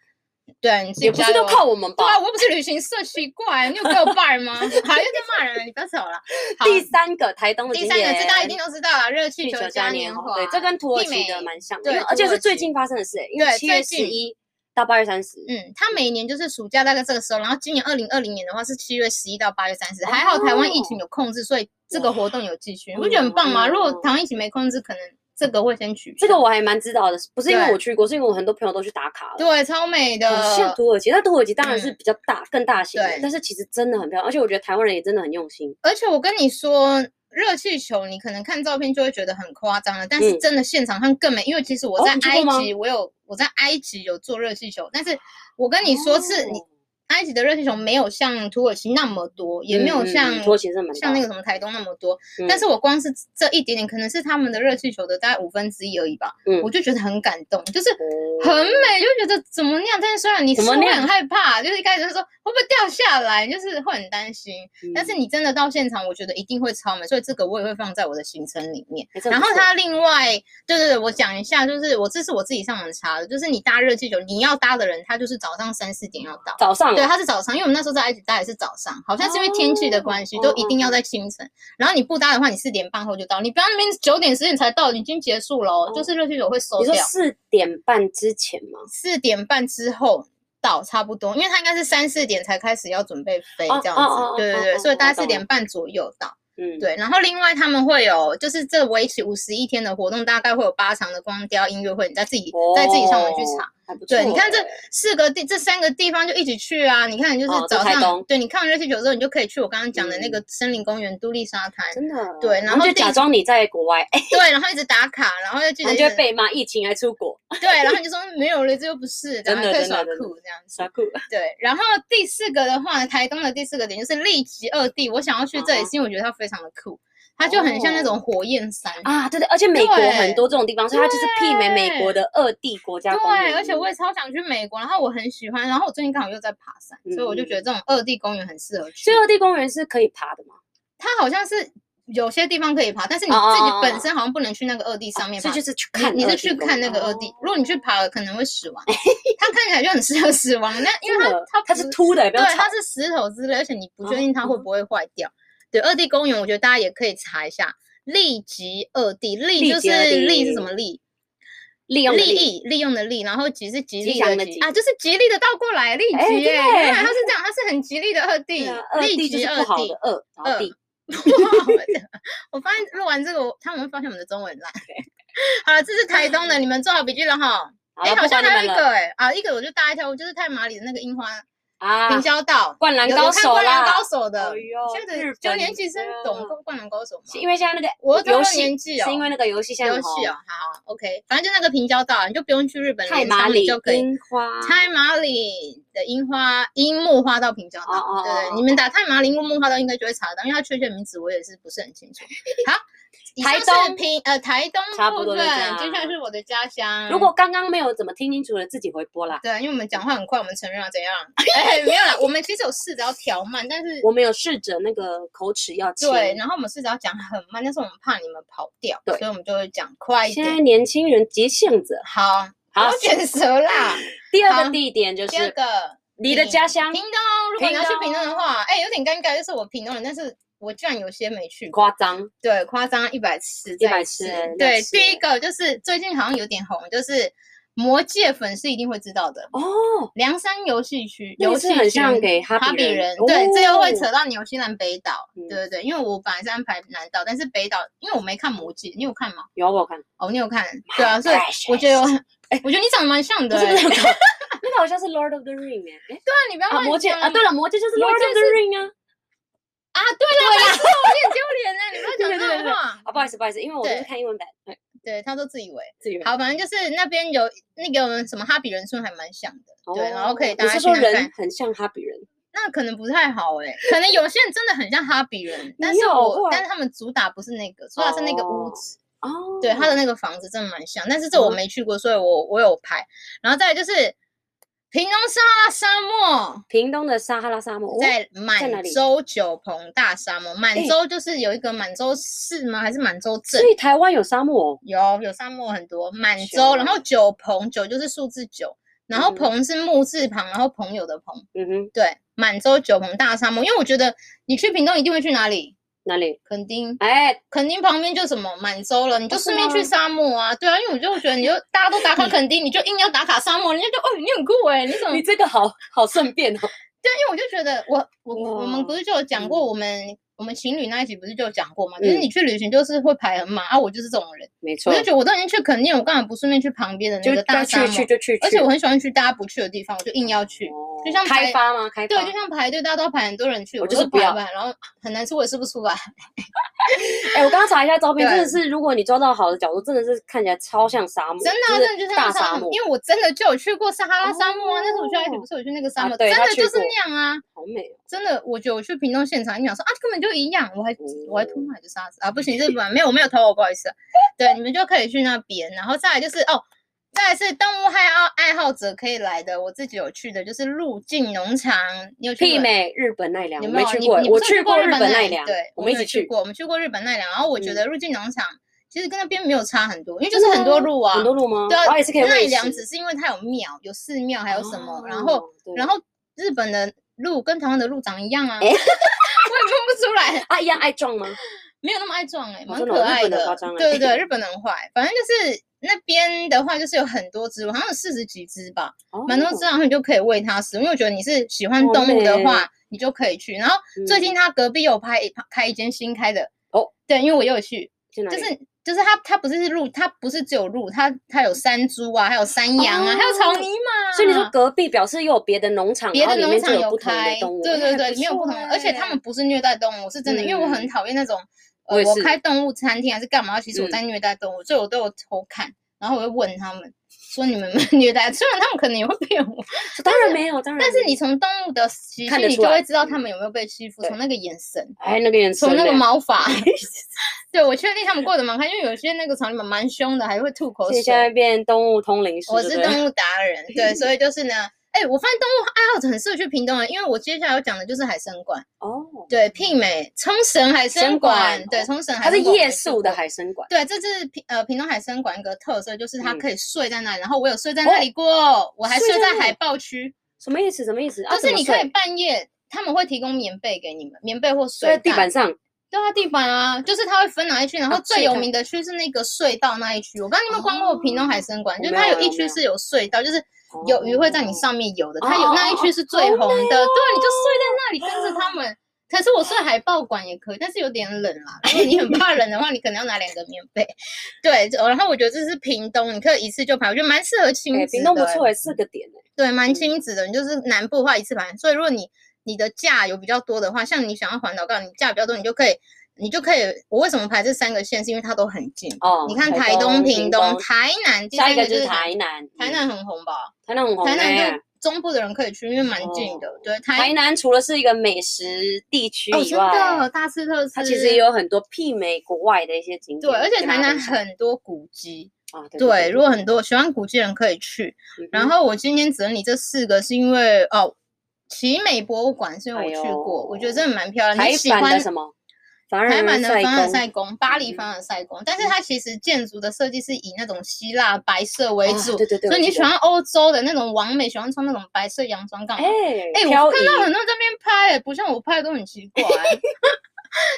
Speaker 1: 对，你自己
Speaker 2: 也不
Speaker 1: 加
Speaker 2: 是
Speaker 1: 油
Speaker 2: 都
Speaker 1: 啊。
Speaker 2: 靠我们
Speaker 1: 对啊，
Speaker 2: 吧。
Speaker 1: 我又不是旅行社，奇怪，你有给我伴儿吗？好，又在骂人了，你不要吵
Speaker 2: <laughs>
Speaker 1: 了。好，
Speaker 2: 第三个台东的
Speaker 1: 啊第
Speaker 2: 景
Speaker 1: 三
Speaker 2: 点，
Speaker 1: 个，这大家一定都知道了，热气
Speaker 2: 地
Speaker 1: 球
Speaker 2: 球
Speaker 1: 嘉
Speaker 2: 嘉
Speaker 1: 年
Speaker 2: 年
Speaker 1: 华。
Speaker 2: 对，这跟土耳其
Speaker 1: 媲
Speaker 2: 的
Speaker 1: 美
Speaker 2: 蛮像的，
Speaker 1: 对
Speaker 2: 因为而且
Speaker 1: 土
Speaker 2: 是
Speaker 1: 耳
Speaker 2: 最
Speaker 1: 其
Speaker 2: 近发生的事，因为
Speaker 1: 对
Speaker 2: 七月
Speaker 1: 最
Speaker 2: 十
Speaker 1: 近
Speaker 2: 一到八月三十，
Speaker 1: 嗯，它每年就是暑假大概这个时候，然后今年二零二零年的话是七月十一到八月三十，还好台湾疫情
Speaker 2: 哦
Speaker 1: 有控制，所以这个活动有继续，你不觉得很棒吗？
Speaker 2: 嗯
Speaker 1: 如果台湾疫情没控制，可能这个会先取消
Speaker 2: 这个我还蛮知道的，不是因为
Speaker 1: 对
Speaker 2: 我去过，是因为我很多朋友都去打卡了。
Speaker 1: 对超美的，
Speaker 2: 很像土耳其，但土耳其当然是
Speaker 1: 嗯
Speaker 2: 比较大、更大型的
Speaker 1: 对，
Speaker 2: 但是其实真的很漂亮，而且我觉得台湾人也真的很用心。
Speaker 1: 而且我跟你说。热气球，你可能看照片就会觉得很夸张了，但是
Speaker 2: 嗯
Speaker 1: 真的现场看更美，因为其实我
Speaker 2: 哦
Speaker 1: 在
Speaker 2: 你去过
Speaker 1: 埃
Speaker 2: 吗
Speaker 1: 及，我有我在埃及有做热气球，但是我跟你说是你
Speaker 2: 哦
Speaker 1: 埃及的热气球没有像土耳其那么多，也没有
Speaker 2: 嗯嗯
Speaker 1: 像
Speaker 2: 嗯土耳其真的蛮大
Speaker 1: 像那
Speaker 2: 的
Speaker 1: 个什么台东那么多，
Speaker 2: 嗯
Speaker 1: 但是我光是这一点点，可能是他们的热气球的大概五分之一而已吧，
Speaker 2: 嗯
Speaker 1: 我就觉得很感动，就是
Speaker 2: 哦
Speaker 1: 很美，就觉得怎么那样。但是虽然你是
Speaker 2: 怎么
Speaker 1: 会
Speaker 2: 那样
Speaker 1: 很害怕，就是一开始就说会不会掉下来，就是会很担心。但是
Speaker 2: 嗯
Speaker 1: 你真的到现场，我觉得一定会超美，所以这个我也会放在我的行程里面。
Speaker 2: 哎这
Speaker 1: 然
Speaker 2: 不
Speaker 1: 后
Speaker 2: 错
Speaker 1: 它另外，对对对，我讲一下，就是我这是我自己上网查的，就是你搭热气球，你要搭的人，他就是早上三四点要到。
Speaker 2: 早上
Speaker 1: 对，
Speaker 2: 啊
Speaker 1: 它是早上，因为我们那时候在埃及搭也是早上，好像是因为天气的关系，
Speaker 2: 哦
Speaker 1: 都一定要在清晨。然后你不搭的话，你四点半后就到，你不要那边九点十点才到，已经结束了哦，就是热气球会收
Speaker 2: 你说
Speaker 1: 掉，
Speaker 2: 四点半之前吗？
Speaker 1: 四点半之后。到差不多，因为它应该是三四点才开始要准备飞
Speaker 2: 哦
Speaker 1: 这样
Speaker 2: 哦
Speaker 1: 子，
Speaker 2: 哦哦
Speaker 1: 对
Speaker 2: 哦
Speaker 1: 对对，
Speaker 2: 哦
Speaker 1: 所以大
Speaker 2: 我
Speaker 1: 概
Speaker 2: 懂
Speaker 1: 四点半左右到。
Speaker 2: 嗯，，
Speaker 1: 对，然后另外他们会有，就是这为期五十一天的活动，大概会有八场的光雕音乐会，你再自己、再自己上网去查。
Speaker 2: 哦还不错欸。
Speaker 1: 对，你看这四个地，这三个地方就一起去啊！你看，你就是
Speaker 2: 哦这
Speaker 1: 早
Speaker 2: 台
Speaker 1: 上，
Speaker 2: 东
Speaker 1: 对你看完热气球之后，你就可以去我刚刚讲的那
Speaker 2: 嗯
Speaker 1: 个森林公园、都立沙滩，
Speaker 2: 真的啊
Speaker 1: 对然后
Speaker 2: 就
Speaker 1: 第
Speaker 2: 假装你在国外，哎，
Speaker 1: 对，然后一直打卡，然后又记
Speaker 2: 然
Speaker 1: 得
Speaker 2: 后
Speaker 1: 一
Speaker 2: 就
Speaker 1: 直
Speaker 2: 会被骂疫情还出国，
Speaker 1: 对，然后你就说没有了，这又不是，然
Speaker 2: 真的
Speaker 1: 后可以
Speaker 2: 真的
Speaker 1: 耍
Speaker 2: 真的
Speaker 1: 酷这样子。
Speaker 2: 傻酷。
Speaker 1: 对，然后第四个的话，台东的第四个点就是立即二地，我想要去这里
Speaker 2: 嗯哼
Speaker 1: 是因为我觉得它非常的酷，它就很像那种火焰山。
Speaker 2: 哦啊，对对，而且美国
Speaker 1: 对
Speaker 2: 很多这种地方，所以它就是媲美美国的二地国家公园。嗯
Speaker 1: 对，而且我也超想去美国，然后我很喜欢，然后我最近刚好又在爬山，所以
Speaker 2: 嗯
Speaker 1: 我就觉得这种二地公园很适合去
Speaker 2: 所以。二地公园是可以爬的嘛，
Speaker 1: 它好像是有些地方可以爬，但是你
Speaker 2: 哦哦
Speaker 1: 自己
Speaker 2: 哦哦
Speaker 1: 本身好像不能去那个二地上面
Speaker 2: 所
Speaker 1: 爬。
Speaker 2: 以就是去
Speaker 1: 你
Speaker 2: 看
Speaker 1: 你
Speaker 2: 二
Speaker 1: 是
Speaker 2: 地
Speaker 1: 去
Speaker 2: 公
Speaker 1: 看那
Speaker 2: 园。
Speaker 1: 个二地，如果你去爬了，可能会死亡
Speaker 2: <laughs>
Speaker 1: 它看起来就很适合死亡，那因为
Speaker 2: 真的
Speaker 1: 它
Speaker 2: 它
Speaker 1: 不
Speaker 2: 是凸的，也不
Speaker 1: 对
Speaker 2: 要，吵
Speaker 1: 它。是石头之类，而且你不确
Speaker 2: 哦
Speaker 1: 定它会不会坏掉。对，二地公园，我觉得大家也可以查一下。利即二地，利
Speaker 2: 利
Speaker 1: 就
Speaker 2: 即
Speaker 1: 是
Speaker 2: 二地
Speaker 1: 利是什么利？
Speaker 2: 利用的
Speaker 1: 利益利用的利，然后吉是吉
Speaker 2: 吉
Speaker 1: 利
Speaker 2: 祥的
Speaker 1: 吉
Speaker 2: 吉
Speaker 1: 啊，就是吉利的倒过来利
Speaker 2: 哎
Speaker 1: 吉耶，
Speaker 2: 对
Speaker 1: 原来它是这样，它是很吉利的二弟
Speaker 2: 对啊，二，
Speaker 1: 利
Speaker 2: 地就
Speaker 1: 吉
Speaker 2: 是
Speaker 1: 二
Speaker 2: 不好
Speaker 1: 弟
Speaker 2: 的。二，然后
Speaker 1: 二
Speaker 2: 地
Speaker 1: <laughs> 我发现录完这个，我他们会发现我们的中文烂。 <laughs> 好了，这是台
Speaker 2: <laughs>
Speaker 1: 东的，你们做好笔记了哈。
Speaker 2: 好
Speaker 1: 哎，
Speaker 2: 了，
Speaker 1: 好
Speaker 2: 不
Speaker 1: 像
Speaker 2: 管你
Speaker 1: 还有
Speaker 2: 们
Speaker 1: 一
Speaker 2: 了
Speaker 1: 个哎啊，一个我就搭一跳，我就是太麻里的那个樱花
Speaker 2: 啊，
Speaker 1: 平交道，
Speaker 2: 灌篮
Speaker 1: 有
Speaker 2: 高
Speaker 1: 有看
Speaker 2: 手
Speaker 1: 灌篮
Speaker 2: 啦
Speaker 1: 高。手的
Speaker 2: 哎。呦
Speaker 1: 现在
Speaker 2: 日
Speaker 1: 的九
Speaker 2: 本
Speaker 1: 年级生
Speaker 2: 的
Speaker 1: 懂灌灌篮高手吗？
Speaker 2: 是因为现在那个
Speaker 1: 我这
Speaker 2: 游
Speaker 1: 个
Speaker 2: 戏
Speaker 1: 年纪哦
Speaker 2: 是因为那个游戏现在
Speaker 1: 游
Speaker 2: 很红
Speaker 1: 戏哦，好，OK，反正就那个平交道，啊你就不用去日本了，
Speaker 2: 太
Speaker 1: 马
Speaker 2: 麻里
Speaker 1: 就可以。
Speaker 2: 樱花，
Speaker 1: 太麻里的樱花樱木花道平交道，
Speaker 2: 哦哦
Speaker 1: 对
Speaker 2: 哦
Speaker 1: 对，你们打太麻里樱木花道应该就会查得到，因为它确切名字我也是不是很
Speaker 2: <laughs>
Speaker 1: 清楚。好，以上
Speaker 2: 台
Speaker 1: 是
Speaker 2: 东
Speaker 1: 平呃台东
Speaker 2: 差不
Speaker 1: 部
Speaker 2: 多
Speaker 1: 分，
Speaker 2: 就这样
Speaker 1: 接下来是我的家乡。
Speaker 2: 如果刚刚没有怎么听清楚的，自己回播啦。
Speaker 1: 对，因为我们讲话很快，我们承认啊，
Speaker 2: <laughs>
Speaker 1: 怎样？哎，没有啦，我们其实有试着要调慢，但是
Speaker 2: 我们有试着那个口齿要清。
Speaker 1: 对，然后我们试着要讲很慢，但是我们怕你们跑掉，
Speaker 2: 对
Speaker 1: 所以我们就会讲快一
Speaker 2: 现在
Speaker 1: 点。
Speaker 2: 年轻人急性子。
Speaker 1: 好，
Speaker 2: 好
Speaker 1: 我，选择啦。
Speaker 2: 第二个
Speaker 1: 好
Speaker 2: 地点就
Speaker 1: 第二
Speaker 2: 是
Speaker 1: 个，
Speaker 2: 你的家乡
Speaker 1: 屏，东，如果你要去
Speaker 2: 屏
Speaker 1: 屏东的
Speaker 2: 东
Speaker 1: 话，哎、有点尴尬，就是我屏东人，但是我居然有些没去过。
Speaker 2: 夸张，
Speaker 1: 对，夸张一百次，
Speaker 2: 100
Speaker 1: 再
Speaker 2: 次
Speaker 1: 次
Speaker 2: 再
Speaker 1: 对，
Speaker 2: 次
Speaker 1: 第一个就是最近好像有点红，就是《魔界粉丝一定会知道的。
Speaker 2: 哦，
Speaker 1: 梁山游戏区，
Speaker 2: 那
Speaker 1: 游
Speaker 2: 个是
Speaker 1: 戏
Speaker 2: 很像
Speaker 1: 区
Speaker 2: 给哈
Speaker 1: 哈
Speaker 2: 比
Speaker 1: 比
Speaker 2: 人
Speaker 1: 人，对，这又会
Speaker 2: 哦
Speaker 1: 扯到纽西兰北岛，
Speaker 2: 嗯
Speaker 1: 对对对，因为我本来是安排南岛，但是北岛，因为我没看《魔戒》，你有看吗？
Speaker 2: 有我有看，
Speaker 1: 哦，你有看，对啊，所以我觉得我，我觉得你长得蛮像的、
Speaker 2: 哎不是
Speaker 1: 欸，
Speaker 2: 不
Speaker 1: 对
Speaker 2: 是那个，那个好像是 Lord of the Ring 哎，诶
Speaker 1: 啊， <laughs> 你不要
Speaker 2: 啊
Speaker 1: 乱
Speaker 2: 魔戒
Speaker 1: 讲
Speaker 2: 啊，对了，魔戒就是
Speaker 1: 魔
Speaker 2: Lord
Speaker 1: 戒
Speaker 2: of the Ring 啊，
Speaker 1: 啊，对了，对了，我有点丢脸呢，你不要
Speaker 2: 对对对
Speaker 1: 讲这种话。
Speaker 2: 啊不好意思不好意思，因为我都是
Speaker 1: 对
Speaker 2: 看英文版，哎
Speaker 1: 对，他都自以为
Speaker 2: 自由
Speaker 1: 好，反正就是那边有那个什么哈比人村还蛮像的，
Speaker 2: 哦
Speaker 1: 对，然后可以大
Speaker 2: 你
Speaker 1: 家
Speaker 2: 是
Speaker 1: 去
Speaker 2: 说
Speaker 1: 那看
Speaker 2: 人
Speaker 1: 看。
Speaker 2: 很像哈比人，
Speaker 1: 那可能不太好哎、可能有些人真的很像哈比人，但是
Speaker 2: 有
Speaker 1: 我
Speaker 2: 哇
Speaker 1: 但是他们主打不是那个，主打是那个屋
Speaker 2: 哦
Speaker 1: 子，
Speaker 2: 哦，
Speaker 1: 对，他的那个房子真的蛮像，但是这我
Speaker 2: 嗯
Speaker 1: 没去过，所以我我有拍。然后再来就是屏东撒哈拉沙漠。
Speaker 2: 屏东的撒哈拉沙漠，哦
Speaker 1: 在
Speaker 2: 哪
Speaker 1: 满
Speaker 2: 里
Speaker 1: 洲九鹏大沙漠，
Speaker 2: 哎
Speaker 1: 满洲就是有一个满洲市吗？还是满洲镇
Speaker 2: 所？以台湾有沙漠哦，
Speaker 1: 有有沙漠很多，满
Speaker 2: 是
Speaker 1: 洲，
Speaker 2: 吗
Speaker 1: 然后九鹏，九就是数字九，然后
Speaker 2: 啊嗯
Speaker 1: 鹏是木字旁，然后朋友的朋，
Speaker 2: 嗯哼，
Speaker 1: 对，满洲九鹏大沙漠。因为我觉得你去屏东一定会去哪里？
Speaker 2: 哪里？
Speaker 1: 垦丁，
Speaker 2: 哎，
Speaker 1: 垦丁旁边就什么满洲了，你就
Speaker 2: 哦是
Speaker 1: 顺便
Speaker 2: 吗
Speaker 1: 去沙漠啊，对啊，因为我就觉得你就大家都打卡垦丁，你就硬要打卡沙漠，人家就哦你很酷哎、你怎么
Speaker 2: 你这个好好顺便哦，
Speaker 1: 对，因为我就觉得我我我们
Speaker 2: 哇
Speaker 1: 不是就有讲过，
Speaker 2: 嗯
Speaker 1: 我们、我们情侣那一集不是就有讲过嘛？就是
Speaker 2: 嗯
Speaker 1: 你去旅行就是会排很满啊，我就是这种人，
Speaker 2: 没错
Speaker 1: 我就，觉得我都已经去垦丁，我干嘛不顺便去旁边的
Speaker 2: 就
Speaker 1: 那个
Speaker 2: 该
Speaker 1: 大沙
Speaker 2: 去
Speaker 1: 漠？
Speaker 2: 去就去，
Speaker 1: 而且
Speaker 2: 去
Speaker 1: 我很喜欢去大家不去的地方，我就硬要去。
Speaker 2: 哦
Speaker 1: 就像
Speaker 2: 开
Speaker 1: 台
Speaker 2: 发吗？开发，
Speaker 1: 对，就像排队，大家都要排很多人去，
Speaker 2: 我
Speaker 1: 我
Speaker 2: 就是
Speaker 1: 都
Speaker 2: 不
Speaker 1: 排
Speaker 2: 要嗯
Speaker 1: 排，然后很难吃，我也吃不出来。
Speaker 2: 哎、我刚刚查一下照片，真的
Speaker 1: 对
Speaker 2: 是，如果你抓到好的角度，真的是看起来超像沙漠，
Speaker 1: 真的啊，
Speaker 2: 就
Speaker 1: 真
Speaker 2: 是
Speaker 1: 的就
Speaker 2: 大
Speaker 1: 像
Speaker 2: 沙
Speaker 1: 漠
Speaker 2: 漠，，
Speaker 1: 因为我真的就有去过撒哈拉沙漠啊，
Speaker 2: 哦
Speaker 1: 那时候我去埃及不是有去那个沙
Speaker 2: 啊
Speaker 1: 漠，
Speaker 2: 对
Speaker 1: 真
Speaker 2: 他
Speaker 1: 的
Speaker 2: 去
Speaker 1: 就是
Speaker 2: 过
Speaker 1: 那样啊。
Speaker 2: 好美哦。
Speaker 1: 真的，我觉得我去屏东现场，你想说啊，根本就一样，我还我还偷
Speaker 2: 哦
Speaker 1: 买个沙子啊，不行，这本来没有我没有偷，我不好意思啊。对，你们就可以去那边，然后再来就是哦，再来是动物爱好爱好者可以来的，我自己有去的，就是入境农场，你有去过
Speaker 2: 媲美日本奈良，
Speaker 1: 有
Speaker 2: 我
Speaker 1: 没
Speaker 2: 没
Speaker 1: 有？
Speaker 2: 去
Speaker 1: 你
Speaker 2: 过欸，
Speaker 1: 你不
Speaker 2: 我
Speaker 1: 是
Speaker 2: 去过
Speaker 1: 日
Speaker 2: 日本奈
Speaker 1: 奈
Speaker 2: 良，
Speaker 1: 对，
Speaker 2: 我
Speaker 1: 们
Speaker 2: 们一
Speaker 1: 有
Speaker 2: 起
Speaker 1: 去过，我们去过日本奈良，然后我觉
Speaker 2: 嗯
Speaker 1: 得入境农场其实跟那边没有差很多，因为就是
Speaker 2: 真的
Speaker 1: 很多
Speaker 2: 吗
Speaker 1: 路啊
Speaker 2: 很，多路吗？
Speaker 1: 对
Speaker 2: 然
Speaker 1: 啊
Speaker 2: 后也是可以，
Speaker 1: 奈
Speaker 2: 喂
Speaker 1: 良
Speaker 2: 食
Speaker 1: 只是因为它有庙，有寺庙，还有什么，然后。
Speaker 2: 哦对
Speaker 1: 然后日本的路跟台湾的路长一样啊，<laughs>
Speaker 2: 诶
Speaker 1: 我也分不出来，
Speaker 2: 啊，一样爱撞吗？
Speaker 1: 没有那么爱撞哎、蛮
Speaker 2: 真的
Speaker 1: 可
Speaker 2: 哦日
Speaker 1: 爱
Speaker 2: 本的
Speaker 1: 的
Speaker 2: 夸张欸
Speaker 1: 对对对，日本人很坏，反正就是那边的话，就是有很多植物，好像有四十几只吧，
Speaker 2: 哦
Speaker 1: 蛮多只，然后你就可以喂它食，因为我觉得你是喜欢
Speaker 2: 好
Speaker 1: 动物的
Speaker 2: 美
Speaker 1: 话，你就可以去。然后最近
Speaker 2: 嗯
Speaker 1: 他隔壁有拍开一间新开的
Speaker 2: 哦，
Speaker 1: 对，因为我也有去。
Speaker 2: 去哪
Speaker 1: 就
Speaker 2: 里？
Speaker 1: 是就是它它不是鹿，它不是只有鹿，它它有山猪啊，还有山羊啊，还有草
Speaker 2: 哦
Speaker 1: 泥马。
Speaker 2: 所以你说隔壁表示又有别的农场，
Speaker 1: 别
Speaker 2: 然
Speaker 1: 的
Speaker 2: 后
Speaker 1: 农
Speaker 2: 里面就
Speaker 1: 场
Speaker 2: 有不同
Speaker 1: 开
Speaker 2: 的动物，，
Speaker 1: 对对
Speaker 2: 哎
Speaker 1: 对，里面有不同的，而且他们。不是虐待动物，是真的，因为我很
Speaker 2: 嗯
Speaker 1: 讨厌那种，呃，
Speaker 2: 我也
Speaker 1: 我
Speaker 2: 是
Speaker 1: 开动物餐厅还是干嘛，其实我
Speaker 2: 嗯
Speaker 1: 在虐待动物，所以我都有偷看，然后我会问他们说你们有没有虐待，虽然他们可能也会骗
Speaker 2: <laughs>
Speaker 1: 我，
Speaker 2: 不错哎当然没有，当然没
Speaker 1: 但
Speaker 2: 有。
Speaker 1: 是你从动物的习
Speaker 2: 看
Speaker 1: 性，
Speaker 2: 得
Speaker 1: 你
Speaker 2: 出
Speaker 1: 就
Speaker 2: 来嗯
Speaker 1: 会知道他们有没有被欺负，
Speaker 2: 对
Speaker 1: 从那个眼神，
Speaker 2: 哎，那个眼神
Speaker 1: 从那个
Speaker 2: 嘞
Speaker 1: 毛
Speaker 2: <laughs>
Speaker 1: 发， <laughs> 对我确定他们过得蛮开心，因为有些那个草泥马蛮凶的，还会吐口
Speaker 2: 所以现在
Speaker 1: 水。
Speaker 2: 变动物通灵师，
Speaker 1: 我
Speaker 2: 对
Speaker 1: 是
Speaker 2: 不对
Speaker 1: 动物达人，对，所以就是
Speaker 2: <laughs>
Speaker 1: 呢，哎，我发现动物爱好者很适合去屏东的，欸因为我接下来要讲的就是海参馆。
Speaker 2: 哦，
Speaker 1: 对，媲美冲绳海
Speaker 2: 参
Speaker 1: 参馆
Speaker 2: 馆，
Speaker 1: 对，
Speaker 2: 哦
Speaker 1: 冲绳海
Speaker 2: 它是
Speaker 1: 参馆我
Speaker 2: 夜
Speaker 1: 没去
Speaker 2: 宿的
Speaker 1: 过。
Speaker 2: 海参馆，
Speaker 1: 对，这是屏呃屏东海参馆一个特色，就是它
Speaker 2: 嗯
Speaker 1: 可以睡在那里，然后我有睡在
Speaker 2: 哦
Speaker 1: 那里过，我还
Speaker 2: 睡
Speaker 1: 睡
Speaker 2: 在
Speaker 1: 在
Speaker 2: 那
Speaker 1: 海
Speaker 2: 里
Speaker 1: 豹区，
Speaker 2: 什么意思？什么意思？啊
Speaker 1: 就是
Speaker 2: 怎么
Speaker 1: 你可以
Speaker 2: 睡
Speaker 1: 半夜他们会提供棉被给你们，棉被或
Speaker 2: 睡在
Speaker 1: 睡
Speaker 2: 地
Speaker 1: 袋
Speaker 2: 板，上，
Speaker 1: 对啊，地板啊，就是它会分哪一区，然
Speaker 2: 啊
Speaker 1: 后最
Speaker 2: 睡
Speaker 1: 有
Speaker 2: 袋
Speaker 1: 名的区是那个隧道那一区，我不知道你有没有逛过屏东海参馆，
Speaker 2: 我
Speaker 1: 就是
Speaker 2: 没
Speaker 1: 它
Speaker 2: 有
Speaker 1: 有
Speaker 2: 我
Speaker 1: 一
Speaker 2: 没
Speaker 1: 区
Speaker 2: 有
Speaker 1: 是有隧道，就是有鱼会在你
Speaker 2: 哦
Speaker 1: 上面游的，
Speaker 2: 哦
Speaker 1: 它有那一区是最红的，对，
Speaker 2: 好
Speaker 1: 啊
Speaker 2: 美
Speaker 1: 你就
Speaker 2: 哦
Speaker 1: 睡在那里跟着他们。可是我睡海豹馆也可以，但是有点冷啦。如果你很怕冷的话，你可能要拿两个棉被。对，就然后我觉得这是屏东，你可以一次就排，我觉得蛮适合亲
Speaker 2: 哎，
Speaker 1: 子的、
Speaker 2: 屏东不错哎，四个点哎，
Speaker 1: 对，
Speaker 2: 嗯
Speaker 1: 蛮亲子的。你就是南部的话一次盘，所以如果你你的假有比较多的话，像你想要环岛，干你假比较多，你就可以，你就可以。我为什么排这三个县，是因为它都很近。
Speaker 2: 哦，
Speaker 1: 你看
Speaker 2: 台
Speaker 1: 台东、屏东、
Speaker 2: 东，
Speaker 1: 台南，第
Speaker 2: 下
Speaker 1: 三
Speaker 2: 一个就
Speaker 1: 就是
Speaker 2: 台南，
Speaker 1: 台
Speaker 2: 嗯
Speaker 1: 南很红吧？
Speaker 2: 台南很红
Speaker 1: 台南
Speaker 2: 哎
Speaker 1: 就中部的人可以去，因为蛮近的。对，
Speaker 2: 哦台
Speaker 1: 台
Speaker 2: 南除了是一个美食地区
Speaker 1: 哦，
Speaker 2: 以
Speaker 1: 真
Speaker 2: 外
Speaker 1: 的，大吃特吃，
Speaker 2: 它其实也有很多媲美国外的一些景点。
Speaker 1: 对，而且
Speaker 2: 跟
Speaker 1: 台
Speaker 2: 大家
Speaker 1: 南
Speaker 2: 分享
Speaker 1: 很多古迹。
Speaker 2: 啊，
Speaker 1: 对，
Speaker 2: 对对，
Speaker 1: 如果很多喜欢古迹的人可以去。然后我今天整理这四个，是因为哦，奇美博物馆是因为我去过，我觉得真的蛮漂亮。
Speaker 2: 哎台
Speaker 1: 你喜
Speaker 2: 版
Speaker 1: 欢
Speaker 2: 的什么？凡
Speaker 1: 台版的
Speaker 2: 赛
Speaker 1: 凡尔
Speaker 2: 宫
Speaker 1: 赛宫，巴黎
Speaker 2: 嗯
Speaker 1: 凡尔赛宫，但是它其实建筑的设计是以那种希腊白色为
Speaker 2: 啊
Speaker 1: 主，
Speaker 2: 对对对，
Speaker 1: 所以
Speaker 2: 我
Speaker 1: 你
Speaker 2: 记
Speaker 1: 喜
Speaker 2: 得
Speaker 1: 欢欧洲的那种王美，喜欢穿那种白色洋装干嘛？
Speaker 2: 哎
Speaker 1: 哎、
Speaker 2: 漂
Speaker 1: 我看到
Speaker 2: 移
Speaker 1: 很多人在那边拍、不像我拍的都很奇怪、啊 <laughs>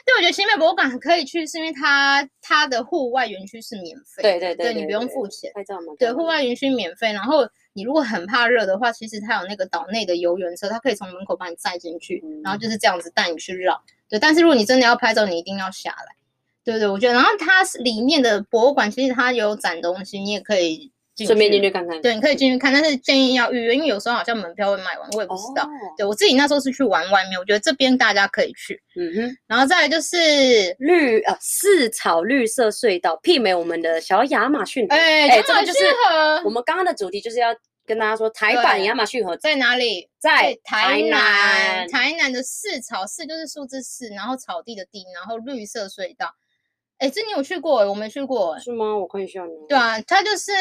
Speaker 1: 对，我觉得奇美博物馆可以去，是因为它它的户外园区是免费的，
Speaker 2: 对对
Speaker 1: 对
Speaker 2: 对，
Speaker 1: 你不用付钱。
Speaker 2: 拍照吗？
Speaker 1: 对，户外园区免费。然后你如果很怕热的话，其实它有那个岛内的游园车，它可以从门口把你载进去，然后
Speaker 2: 嗯
Speaker 1: 就是这样子带你去绕。对，但是如果你真的要拍照，你一定要下来。对对，我觉得，然后它是里面的博物馆其实它有展东西，你也可以进
Speaker 2: 顺便进
Speaker 1: 去
Speaker 2: 去看看，
Speaker 1: 对，你可以进去看，但是建议要预约，因为有时候好像门票会卖完，我也不
Speaker 2: 哦，
Speaker 1: 知道。对我自己那时候是去玩外面，我觉得这边大家可以去。
Speaker 2: 嗯哼，
Speaker 1: 然后再来就是，
Speaker 2: 绿啊，四草绿色隧道媲美我们的小亚马逊河。
Speaker 1: 哎、
Speaker 2: 哎这
Speaker 1: 这么
Speaker 2: 个就
Speaker 1: 适
Speaker 2: 是
Speaker 1: 合
Speaker 2: 我们刚刚的主题就是要跟大家说，台版
Speaker 1: 对
Speaker 2: 亚马逊河
Speaker 1: 在哪里？
Speaker 2: 在
Speaker 1: 台
Speaker 2: 南
Speaker 1: 南，，台南的四草四就是数字四，然后草地的地，然后绿色隧道。哎，这你有去过欸？我没去过欸。
Speaker 2: 是吗？我看一下呢。
Speaker 1: 对啊，它就是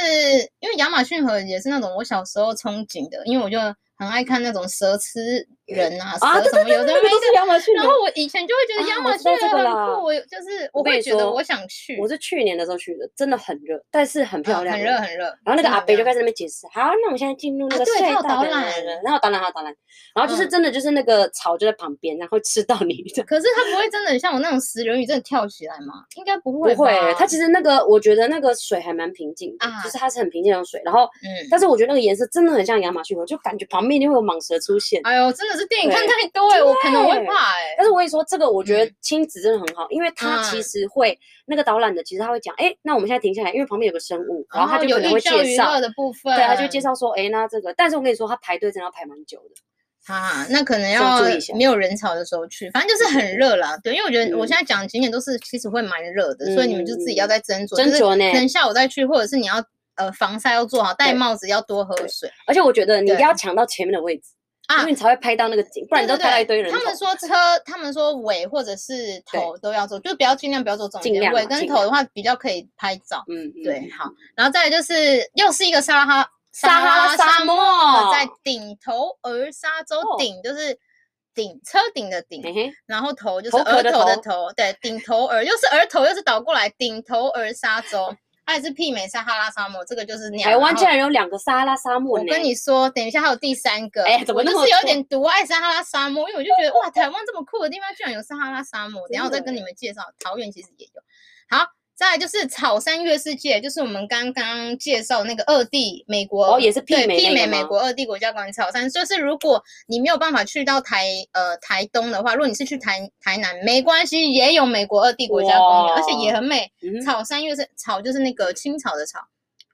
Speaker 1: 因为亚马逊河也是那种我小时候憧憬的，因为我就很爱看那种蛇吃人啊，
Speaker 2: 啊，
Speaker 1: 蛇
Speaker 2: 对
Speaker 1: 什
Speaker 2: 对
Speaker 1: 么
Speaker 2: 对，
Speaker 1: 有的
Speaker 2: 对
Speaker 1: 没
Speaker 2: 那个都是
Speaker 1: 的。
Speaker 2: 亚马逊
Speaker 1: 然
Speaker 2: 河。
Speaker 1: 后我以前就会觉得
Speaker 2: 啊
Speaker 1: 亚
Speaker 2: 我
Speaker 1: 马
Speaker 2: 知
Speaker 1: 逊
Speaker 2: 道这
Speaker 1: 河
Speaker 2: 个
Speaker 1: 很
Speaker 2: 啦
Speaker 1: 酷，我有就是
Speaker 2: 我
Speaker 1: 我
Speaker 2: 跟
Speaker 1: 会
Speaker 2: 你
Speaker 1: 觉得
Speaker 2: 说
Speaker 1: 我想去，
Speaker 2: 我是去年的时候去的，真的很热，但是很漂
Speaker 1: 啊
Speaker 2: 亮，欸
Speaker 1: 很热。很热。
Speaker 2: 然后那个阿伯
Speaker 1: 北
Speaker 2: 就开始在那边解释，好，那我们现在进入那
Speaker 1: 啊
Speaker 2: 个
Speaker 1: 对
Speaker 2: 隧
Speaker 1: 他有
Speaker 2: 道
Speaker 1: 导
Speaker 2: 的，
Speaker 1: 览
Speaker 2: 然后导览，还有导览，然后就是
Speaker 1: 嗯
Speaker 2: 真的就是那个草就在旁边，然后吃到你这样。
Speaker 1: 可是它不会真的很像我那种食人鱼真的跳起来吗？应该不
Speaker 2: 不
Speaker 1: 会吧，
Speaker 2: 会，欸它其实那个我觉得那个水还蛮平静的，
Speaker 1: 啊
Speaker 2: 就是它是很平静的水，然后
Speaker 1: 嗯，
Speaker 2: 但是我觉得那个颜色真的很像亚马逊河，就感觉旁边一定会有蟒蛇出现。
Speaker 1: 哎呦，真的是电影看
Speaker 2: 对
Speaker 1: 太多哎、我可能会
Speaker 2: 对
Speaker 1: 怕哎、
Speaker 2: 但是我跟你说，这个我觉得
Speaker 1: 嗯
Speaker 2: 亲子真的很好，因为它其
Speaker 1: 嗯
Speaker 2: 实会、那个导览的，其实他会讲，哎，那我们现在停下来，因为旁边有个生物，然后他
Speaker 1: 哦
Speaker 2: 就
Speaker 1: 有
Speaker 2: 可能会
Speaker 1: 寓教
Speaker 2: 介
Speaker 1: 于
Speaker 2: 绍
Speaker 1: 乐，的部分，
Speaker 2: 对，他就会介绍说，哎，那这个，但是我跟你说，他排队真的要排蛮久的。
Speaker 1: 啊，那可能
Speaker 2: 这样
Speaker 1: 要
Speaker 2: 注意一下
Speaker 1: 没有人潮的时候去，反正就是很热啦。对，因为我觉得我
Speaker 2: 嗯
Speaker 1: 现在讲的景点都是其实会蛮热的，所以你们就自己要
Speaker 2: 嗯
Speaker 1: 再斟酌，
Speaker 2: 斟
Speaker 1: 就是
Speaker 2: 酌呢
Speaker 1: 可能下午再去，或者是你要呃防晒要做好，戴
Speaker 2: 对
Speaker 1: 帽子要多喝
Speaker 2: 对
Speaker 1: 水。
Speaker 2: 而且我觉得你一定
Speaker 1: 对
Speaker 2: 要抢到前面的位置，
Speaker 1: 啊
Speaker 2: 因为你才会拍到那个景，不然你
Speaker 1: 对
Speaker 2: 都
Speaker 1: 对
Speaker 2: 拍到
Speaker 1: 对
Speaker 2: 一堆人头。
Speaker 1: 他们说车，他们说尾或者是头都要走，就不要尽量不要走中
Speaker 2: 尽
Speaker 1: 间，
Speaker 2: 量
Speaker 1: 尾
Speaker 2: 啊
Speaker 1: 跟
Speaker 2: 尽
Speaker 1: 头的
Speaker 2: 量
Speaker 1: 话比较可以拍照。
Speaker 2: 嗯，嗯，
Speaker 1: 对，
Speaker 2: 嗯
Speaker 1: 好，然后再来就是又是一个撒哈
Speaker 2: 撒哈拉沙
Speaker 1: 沙
Speaker 2: 漠
Speaker 1: 在顶头儿沙洲
Speaker 2: 哦
Speaker 1: 顶就是顶车顶的顶，
Speaker 2: 嘿嘿，
Speaker 1: 然后头就是
Speaker 2: 头壳
Speaker 1: 额
Speaker 2: 的
Speaker 1: 头的
Speaker 2: 头
Speaker 1: 头，对，顶头儿又是额头又是倒过来顶头儿沙洲，它也是媲美撒哈拉沙漠，这个就是那样
Speaker 2: 台湾
Speaker 1: 然
Speaker 2: 竟
Speaker 1: 后
Speaker 2: 然有两个撒哈拉沙
Speaker 1: 我
Speaker 2: 漠呢，
Speaker 1: 跟你说，等一下还有第三个，
Speaker 2: 哎怎么
Speaker 1: 我
Speaker 2: 那
Speaker 1: 就
Speaker 2: 么
Speaker 1: 是有
Speaker 2: 多
Speaker 1: 点独爱撒哈拉沙漠，因为我就觉得哇，台湾这么酷的地方居然有撒哈拉沙漠，
Speaker 2: 真
Speaker 1: 然后再
Speaker 2: 的
Speaker 1: 跟你
Speaker 2: 耶
Speaker 1: 们介绍，桃园其实也有。好，再来就是草山月世界，就是我们刚刚介绍那个二地美国，
Speaker 2: 哦也是媲
Speaker 1: 对
Speaker 2: 美那
Speaker 1: 媲
Speaker 2: 个
Speaker 1: 美
Speaker 2: 吗
Speaker 1: 美国二地国家公园草山。就是如果你没有办法去到台呃台东的话，如果你是去台台南，没关系，也有美国二地国家公园，而且也
Speaker 2: 哇
Speaker 1: 很美。
Speaker 2: 嗯
Speaker 1: 草山月是草，就是那个青草的草，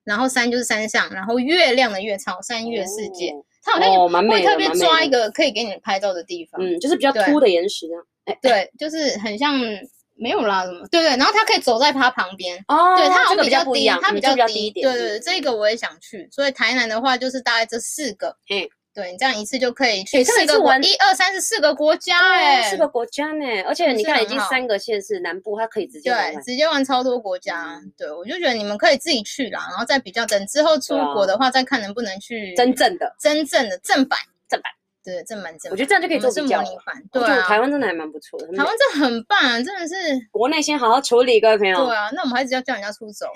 Speaker 1: 然后山就是山上，然后月亮的月，草山月世界。
Speaker 2: 哦
Speaker 1: 它好像有
Speaker 2: 哦蛮
Speaker 1: 会
Speaker 2: 美的
Speaker 1: 特别
Speaker 2: 蛮美
Speaker 1: 抓
Speaker 2: 的
Speaker 1: 一个可以给你拍照的地方。
Speaker 2: 嗯，就是比较
Speaker 1: 对
Speaker 2: 凸的岩石这样。
Speaker 1: 对，就是很像没有啦，什么对对，然后它可以走在它旁边，
Speaker 2: 哦，
Speaker 1: 对，它好像
Speaker 2: 这个
Speaker 1: 比
Speaker 2: 比
Speaker 1: 较
Speaker 2: 较不一
Speaker 1: 低
Speaker 2: 样，，
Speaker 1: 它
Speaker 2: 嗯
Speaker 1: 比
Speaker 2: 这个
Speaker 1: 较
Speaker 2: 比低一点。
Speaker 1: 对对对，
Speaker 2: 嗯
Speaker 1: 这个我也想去，所以台南的话就是大概这四个，
Speaker 2: 嗯，
Speaker 1: 对你这样一次就可以
Speaker 2: 诶
Speaker 1: 去
Speaker 2: 这
Speaker 1: 四
Speaker 2: 每次
Speaker 1: 个国，
Speaker 2: 玩啊
Speaker 1: 一二三四四个国家，哎，
Speaker 2: 是个国家呢，而且
Speaker 1: 不
Speaker 2: 你
Speaker 1: 是
Speaker 2: 看已
Speaker 1: 很
Speaker 2: 经
Speaker 1: 好
Speaker 2: 三个县市，南部它可以直接玩嗯
Speaker 1: 对，
Speaker 2: 完
Speaker 1: 直接玩超多国家，对我就觉得你们可以自己去啦，然后再比较，等之后出
Speaker 2: 对啊
Speaker 1: 国的话再看能不能去
Speaker 2: 真正的，
Speaker 1: 真正的正版
Speaker 2: 正版，
Speaker 1: 对，正版正版，
Speaker 2: 我觉得这样就可以
Speaker 1: 我们嗯是
Speaker 2: 做比
Speaker 1: 模
Speaker 2: 较
Speaker 1: 拟
Speaker 2: 了。
Speaker 1: 版，
Speaker 2: 我
Speaker 1: 对
Speaker 2: 觉得
Speaker 1: 啊，
Speaker 2: 台湾真的嗯还蛮不错的，
Speaker 1: 台湾这很棒啊，真
Speaker 2: <laughs>
Speaker 1: 的是。
Speaker 2: 国内先好好处理，各位朋友。
Speaker 1: 对啊，那我们还是要叫人家出走。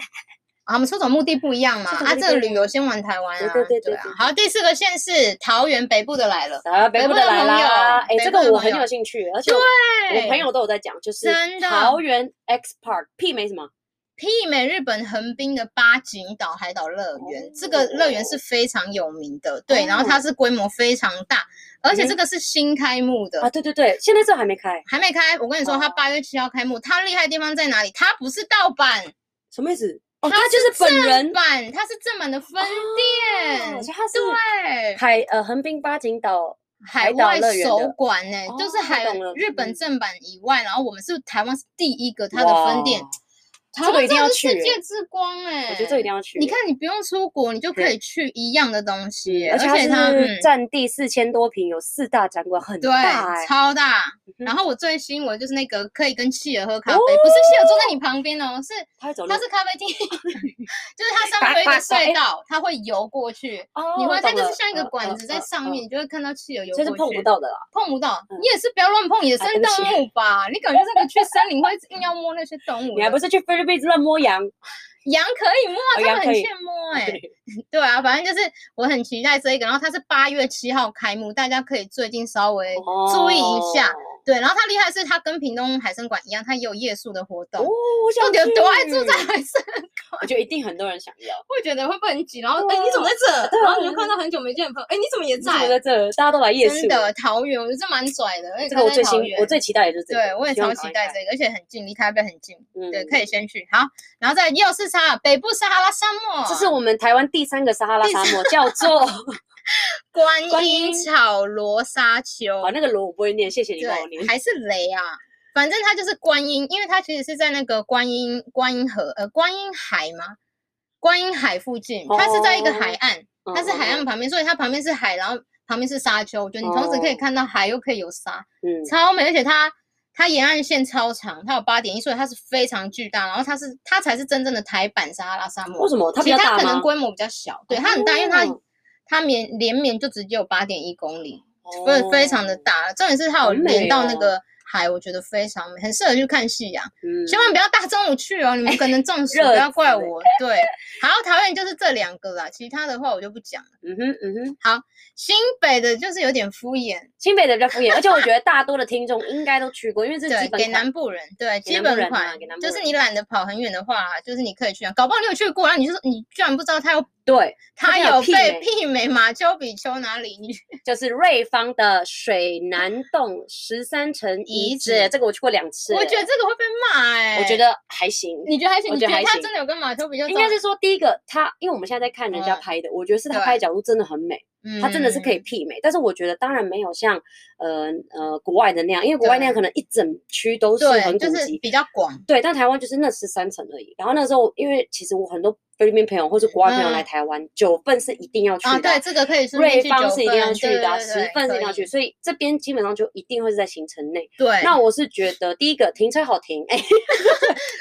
Speaker 1: 啊，我们出走目的不一样嘛，
Speaker 2: 出走
Speaker 1: 啊，
Speaker 2: 目的
Speaker 1: 这个
Speaker 2: 不一
Speaker 1: 旅游先玩台湾啊，
Speaker 2: 对对对对
Speaker 1: 啊
Speaker 2: 对。
Speaker 1: 好，第四个县是桃园北部的来了，
Speaker 2: 啊，北部
Speaker 1: 部
Speaker 2: 的
Speaker 1: 的
Speaker 2: 来
Speaker 1: 朋
Speaker 2: 啦！
Speaker 1: 友
Speaker 2: 哎，
Speaker 1: 北
Speaker 2: 这
Speaker 1: 部的
Speaker 2: 个我
Speaker 1: 朋
Speaker 2: 很
Speaker 1: 友
Speaker 2: 有兴趣，而且我我朋友都有在讲，就是
Speaker 1: 真的
Speaker 2: 桃园 X Park 媲美什么？
Speaker 1: 媲美日本横滨的八景岛海岛乐园，
Speaker 2: 哦
Speaker 1: 这个乐园是非常有名的，对，然后它是规模非常大，而且这个是新开幕的。
Speaker 2: 嗯啊，对对对，现在这还没开，
Speaker 1: 还没开，我跟你说，它
Speaker 2: 哦
Speaker 1: 八月七号开幕。它厉害的地方在哪里？它不是盗版，
Speaker 2: 什么意思？哦，
Speaker 1: 它
Speaker 2: 他就是本人
Speaker 1: 版它是正版的分店，
Speaker 2: 嗯哦所以他是
Speaker 1: 对，
Speaker 2: 海呃横滨八景岛
Speaker 1: 海
Speaker 2: 海岛
Speaker 1: 外
Speaker 2: 乐园
Speaker 1: 首
Speaker 2: 的
Speaker 1: 馆呢、就是
Speaker 2: 哦
Speaker 1: 海
Speaker 2: 懂了
Speaker 1: 日本
Speaker 2: 嗯
Speaker 1: 正版以外，然后我们是台湾是第一个它的分店
Speaker 2: 哇，
Speaker 1: 台湾
Speaker 2: 这个一定
Speaker 1: 真的
Speaker 2: 要
Speaker 1: 是
Speaker 2: 去
Speaker 1: 世界之光哎、
Speaker 2: 我觉得这一定要去。
Speaker 1: 你看，你不用出国，你就可
Speaker 2: 对
Speaker 1: 以去一样的东西欸、
Speaker 2: 而
Speaker 1: 而
Speaker 2: 且它
Speaker 1: 且它嗯
Speaker 2: 是占地四千多平，有四大展馆，很
Speaker 1: 对
Speaker 2: 大哎。
Speaker 1: 超大。
Speaker 2: 哼哦
Speaker 1: 然后我最新闻就是那个可以跟企鹅喝咖啡，不是企鹅坐在你旁边哦，是
Speaker 2: 它会走路
Speaker 1: 它，是咖啡厅， <laughs> 就是它上
Speaker 2: 白
Speaker 1: 面有一个
Speaker 2: 白白
Speaker 1: 隧道，它会游过去。
Speaker 2: 哦
Speaker 1: 你会
Speaker 2: 我
Speaker 1: 它
Speaker 2: 懂
Speaker 1: 就是
Speaker 2: 了
Speaker 1: 像一个
Speaker 2: 嗯
Speaker 1: 管
Speaker 2: 嗯
Speaker 1: 子在
Speaker 2: 嗯
Speaker 1: 上
Speaker 2: 嗯
Speaker 1: 面，你就会看到企鹅游
Speaker 2: 所
Speaker 1: 过去。
Speaker 2: 以是碰不到的啦。
Speaker 1: 碰不到，
Speaker 2: 嗯啊
Speaker 1: 你也是不要乱碰野生
Speaker 2: 对不起
Speaker 1: 动物吧？你感觉这个去森林会硬要摸那些动物的，
Speaker 2: 你还不是去菲律宾乱摸羊？
Speaker 1: 羊可以摸啊，
Speaker 2: 哦
Speaker 1: 他
Speaker 2: 羊
Speaker 1: 们
Speaker 2: 可
Speaker 1: 很
Speaker 2: 以
Speaker 1: 欠摸哎、对啊，反正就是我很期待这一个，然后它是八月七号开幕，大家可以最近稍微注意一下。
Speaker 2: 哦。
Speaker 1: 对，然后它厉害的是，它跟屏东海参馆一样，它也有夜宿的活动。
Speaker 2: 哦，我想
Speaker 1: 到底有多爱住在
Speaker 2: 去，
Speaker 1: 海参？ <laughs>
Speaker 2: 我觉得一定很多人想要。
Speaker 1: 会觉得会不会很挤？然后
Speaker 2: 对
Speaker 1: 哎、
Speaker 2: 啊
Speaker 1: 你怎么在这？
Speaker 2: 对啊
Speaker 1: 然后你就看到很久没见的朋友，哎、你怎么也
Speaker 2: 你怎么
Speaker 1: 在？
Speaker 2: 在这？大家都来夜市
Speaker 1: 真。的桃园，我觉得这蛮拽的。而且
Speaker 2: 这
Speaker 1: 它
Speaker 2: 个我
Speaker 1: 在
Speaker 2: 最
Speaker 1: 桃
Speaker 2: 新，
Speaker 1: 园
Speaker 2: 我最期待也就是这个。
Speaker 1: 对，我也
Speaker 2: 希望
Speaker 1: 超
Speaker 2: 赶
Speaker 1: 期
Speaker 2: 快
Speaker 1: 待
Speaker 2: 开
Speaker 1: 这个，而且很近，离台北很近。
Speaker 2: 嗯
Speaker 1: 对，可以。先去。好，然后再又是它北部撒哈拉沙漠，
Speaker 2: 这是我们台湾第三个撒哈拉沙漠，叫做……好，观
Speaker 1: 观音
Speaker 2: 音
Speaker 1: 草罗沙丘，
Speaker 2: 那个罗我不会念，谢谢你帮我念
Speaker 1: 对，。还是雷啊。反正它就是观音，因为它其实是在那个观音观音河呃观音海嘛，观音海附近，它是在一个海
Speaker 2: 哦
Speaker 1: 岸，它是海
Speaker 2: 嗯，
Speaker 1: 岸旁边，所以它旁边是海，然后旁边是沙丘，就你同时可以
Speaker 2: 哦
Speaker 1: 看到海，又可以有沙，
Speaker 2: 嗯，
Speaker 1: 超美，而且它它沿岸线超长，它有八点一，所以它是非常巨大。然后它是它才是真正的台版撒哈拉沙
Speaker 2: 为
Speaker 1: 漠，
Speaker 2: 什么它比
Speaker 1: 其
Speaker 2: 较
Speaker 1: 他
Speaker 2: 大
Speaker 1: 可能
Speaker 2: 吗？
Speaker 1: 规模比较小，对它很大，因为它
Speaker 2: 哦
Speaker 1: 它绵连绵就只有八点一公里，所以非常的
Speaker 2: 哦，
Speaker 1: 大。重点是它有
Speaker 2: 很美
Speaker 1: 连到那
Speaker 2: 哦
Speaker 1: 个海，我觉得非常美，很适合去看夕阳。
Speaker 2: 嗯
Speaker 1: 千万不要大中午去哦，你们可能中暑，
Speaker 2: <laughs> 热
Speaker 1: 不要怪
Speaker 2: 死欸
Speaker 1: 我。对，好，桃园就是这两个啦，其他的话我就不讲了。
Speaker 2: 嗯哼嗯哼，
Speaker 1: 新北的就是有点敷衍，
Speaker 2: 新北的比较敷衍，而且我觉得大多的听众应该都去过，因为这是
Speaker 1: 对
Speaker 2: 基，本
Speaker 1: 给
Speaker 2: 款
Speaker 1: 南部人，对，基
Speaker 2: 给南部
Speaker 1: 本
Speaker 2: 人
Speaker 1: 款
Speaker 2: 啊给南，部
Speaker 1: 就是
Speaker 2: 人
Speaker 1: 你懒得跑很远的话，就是你可以去啊。搞不好你有去过，然后你就说你居然不知道它有，
Speaker 2: 对，它
Speaker 1: 它
Speaker 2: 竟然
Speaker 1: 有
Speaker 2: 媲
Speaker 1: 被
Speaker 2: 美
Speaker 1: 媲美马丘比丘哪里？你
Speaker 2: 就是瑞芳的水南洞十三层遗
Speaker 1: <laughs> 遗
Speaker 2: 址
Speaker 1: 址，
Speaker 2: 这个我去过两次，
Speaker 1: 我觉得这个会被骂哎、
Speaker 2: 我觉得还行。
Speaker 1: 你觉得还行？
Speaker 2: 我
Speaker 1: 你
Speaker 2: 觉得还
Speaker 1: 它
Speaker 2: 行
Speaker 1: 真的有跟马丘比丘
Speaker 2: 应该
Speaker 1: 走
Speaker 2: 是说，第一个，他因为我们现在在看人家
Speaker 1: 嗯
Speaker 2: 拍的，我觉得是他
Speaker 1: 对
Speaker 2: 拍的角度真的很美，他真的是可以
Speaker 1: 嗯
Speaker 2: 媲美。但是我觉得当然没有像呃呃国外的那样，因为国外那样
Speaker 1: 对
Speaker 2: 可能一整区都是
Speaker 1: 对，
Speaker 2: 很古
Speaker 1: 就是
Speaker 2: 迹，
Speaker 1: 比较广。
Speaker 2: 对，但台湾就是那十三层而已。然后那个时候，因为其实我很多菲律宾朋友或是国外朋友来
Speaker 1: 嗯
Speaker 2: 台湾，九份是一定要去
Speaker 1: 啊，
Speaker 2: 的
Speaker 1: 对，，这个可以顺便
Speaker 2: 瑞
Speaker 1: 去
Speaker 2: 芳
Speaker 1: 九
Speaker 2: 是一定要
Speaker 1: 份
Speaker 2: 去
Speaker 1: 对
Speaker 2: 的啊，
Speaker 1: 对
Speaker 2: 十
Speaker 1: 对
Speaker 2: 份是一定要
Speaker 1: 可以
Speaker 2: 去，所以这边基本上就一定会是在行程内。
Speaker 1: 对，
Speaker 2: 那我是觉得第一个停车好停，哎，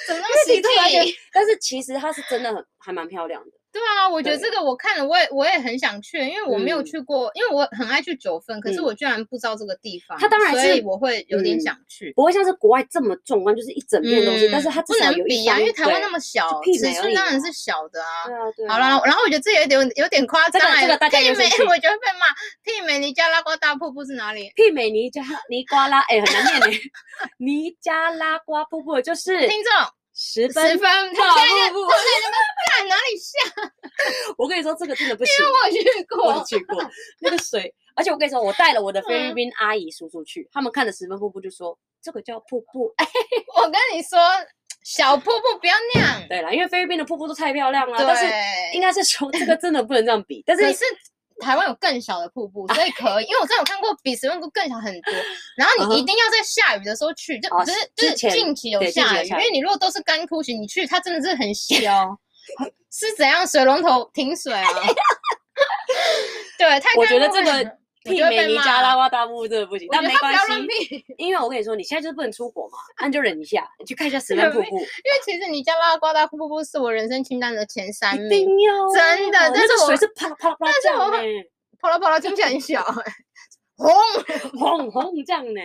Speaker 1: 怎么那么
Speaker 2: 停车完全
Speaker 1: 实际？，
Speaker 2: 但是其实它是真的很还蛮漂亮的。
Speaker 1: 对啊，我觉得
Speaker 2: 对
Speaker 1: 这个我看了，我也我也很想去，因为我没有
Speaker 2: 嗯
Speaker 1: 去过，因为我很爱去九份，可是
Speaker 2: 嗯
Speaker 1: 我居然不知道这个地方，
Speaker 2: 它当然
Speaker 1: 所
Speaker 2: 是
Speaker 1: 以我会有点
Speaker 2: 嗯
Speaker 1: 想去。嗯
Speaker 2: 不会像是国外这么壮观，就是一整片东西，但是它
Speaker 1: 不
Speaker 2: 至少
Speaker 1: 能
Speaker 2: 有一
Speaker 1: 比呀、
Speaker 2: 方
Speaker 1: 因为台湾那
Speaker 2: 对
Speaker 1: 么小，
Speaker 2: 媲
Speaker 1: 尺
Speaker 2: 美而
Speaker 1: 寸
Speaker 2: 已
Speaker 1: 当然
Speaker 2: 嘛
Speaker 1: 是小的啊。
Speaker 2: 对啊对啊。
Speaker 1: 好了，然后然后我觉得这有点有点夸张、
Speaker 2: 这个
Speaker 1: 欸，
Speaker 2: 这个大家有
Speaker 1: 媲美
Speaker 2: 兴趣，
Speaker 1: 我觉得被骂。媲美尼加拉瓜大瀑布是哪里？
Speaker 2: 媲美尼 <laughs> 加尼瓜拉，哎、很难念呢。尼加拉瓜瀑布就是
Speaker 1: 听众
Speaker 2: 十
Speaker 1: 十
Speaker 2: 分
Speaker 1: 分，他们现
Speaker 2: 跑
Speaker 1: 在在
Speaker 2: 步
Speaker 1: 他们现在在那干哪里像？
Speaker 2: 我跟你说，这个真的不行，
Speaker 1: 我有去
Speaker 2: 我
Speaker 1: 过
Speaker 2: 有，去过那个水。而且我跟你说，我带了我的菲律
Speaker 1: 嗯
Speaker 2: 宾阿姨叔叔去，他们看着十分瀑布就说这个叫瀑布。哎，
Speaker 1: 我跟你说，小瀑布不要那
Speaker 2: <laughs>
Speaker 1: 样。
Speaker 2: 对了，因为菲律宾的瀑布都太漂亮了，
Speaker 1: 对，
Speaker 2: 啊但是应该是说这个真的不能这样比。但是
Speaker 1: 可是台湾有更小的瀑布，
Speaker 2: 啊
Speaker 1: 所以可以，因为我真的有看过比十分瀑布更小很多。然后
Speaker 2: 嗯哼
Speaker 1: 你一定要在下雨的时候去，就
Speaker 2: 哦
Speaker 1: 只是
Speaker 2: 之
Speaker 1: 就是
Speaker 2: 前
Speaker 1: 近期有
Speaker 2: 对近期
Speaker 1: 下
Speaker 2: 有
Speaker 1: 雨，因
Speaker 2: 下雨
Speaker 1: 为你如果都是干枯型，你去它真的是很小，
Speaker 2: 哦，
Speaker 1: <laughs> 是怎样水龙头停水啊？ <laughs> 对，太
Speaker 2: 我
Speaker 1: 干
Speaker 2: 觉得
Speaker 1: 枯
Speaker 2: 这
Speaker 1: 了
Speaker 2: 个
Speaker 1: 我觉
Speaker 2: 媲
Speaker 1: 得
Speaker 2: 美
Speaker 1: 被
Speaker 2: 尼
Speaker 1: 骂
Speaker 2: 加
Speaker 1: 了
Speaker 2: 拉瓜大瀑布真的不行，
Speaker 1: 我
Speaker 2: 但
Speaker 1: 觉得
Speaker 2: 没
Speaker 1: 他不
Speaker 2: 关
Speaker 1: 要
Speaker 2: 系
Speaker 1: 乱，避，因
Speaker 2: 因为我跟你说，你现在就是不能出国嘛，那你就忍一下，你去看一下十分瀑布，
Speaker 1: 为其实你加拉瓜大瀑布是我人生清单的前三
Speaker 2: 一
Speaker 1: 名，
Speaker 2: 定要啊
Speaker 1: 真的但
Speaker 2: 那
Speaker 1: 是
Speaker 2: 个
Speaker 1: 我
Speaker 2: 水是啪啦啪啦啪啦这样
Speaker 1: 我
Speaker 2: 呢，
Speaker 1: 跑啦跑啦，听起来很 <laughs> 小、欸，轰！
Speaker 2: 轰轰这样呢。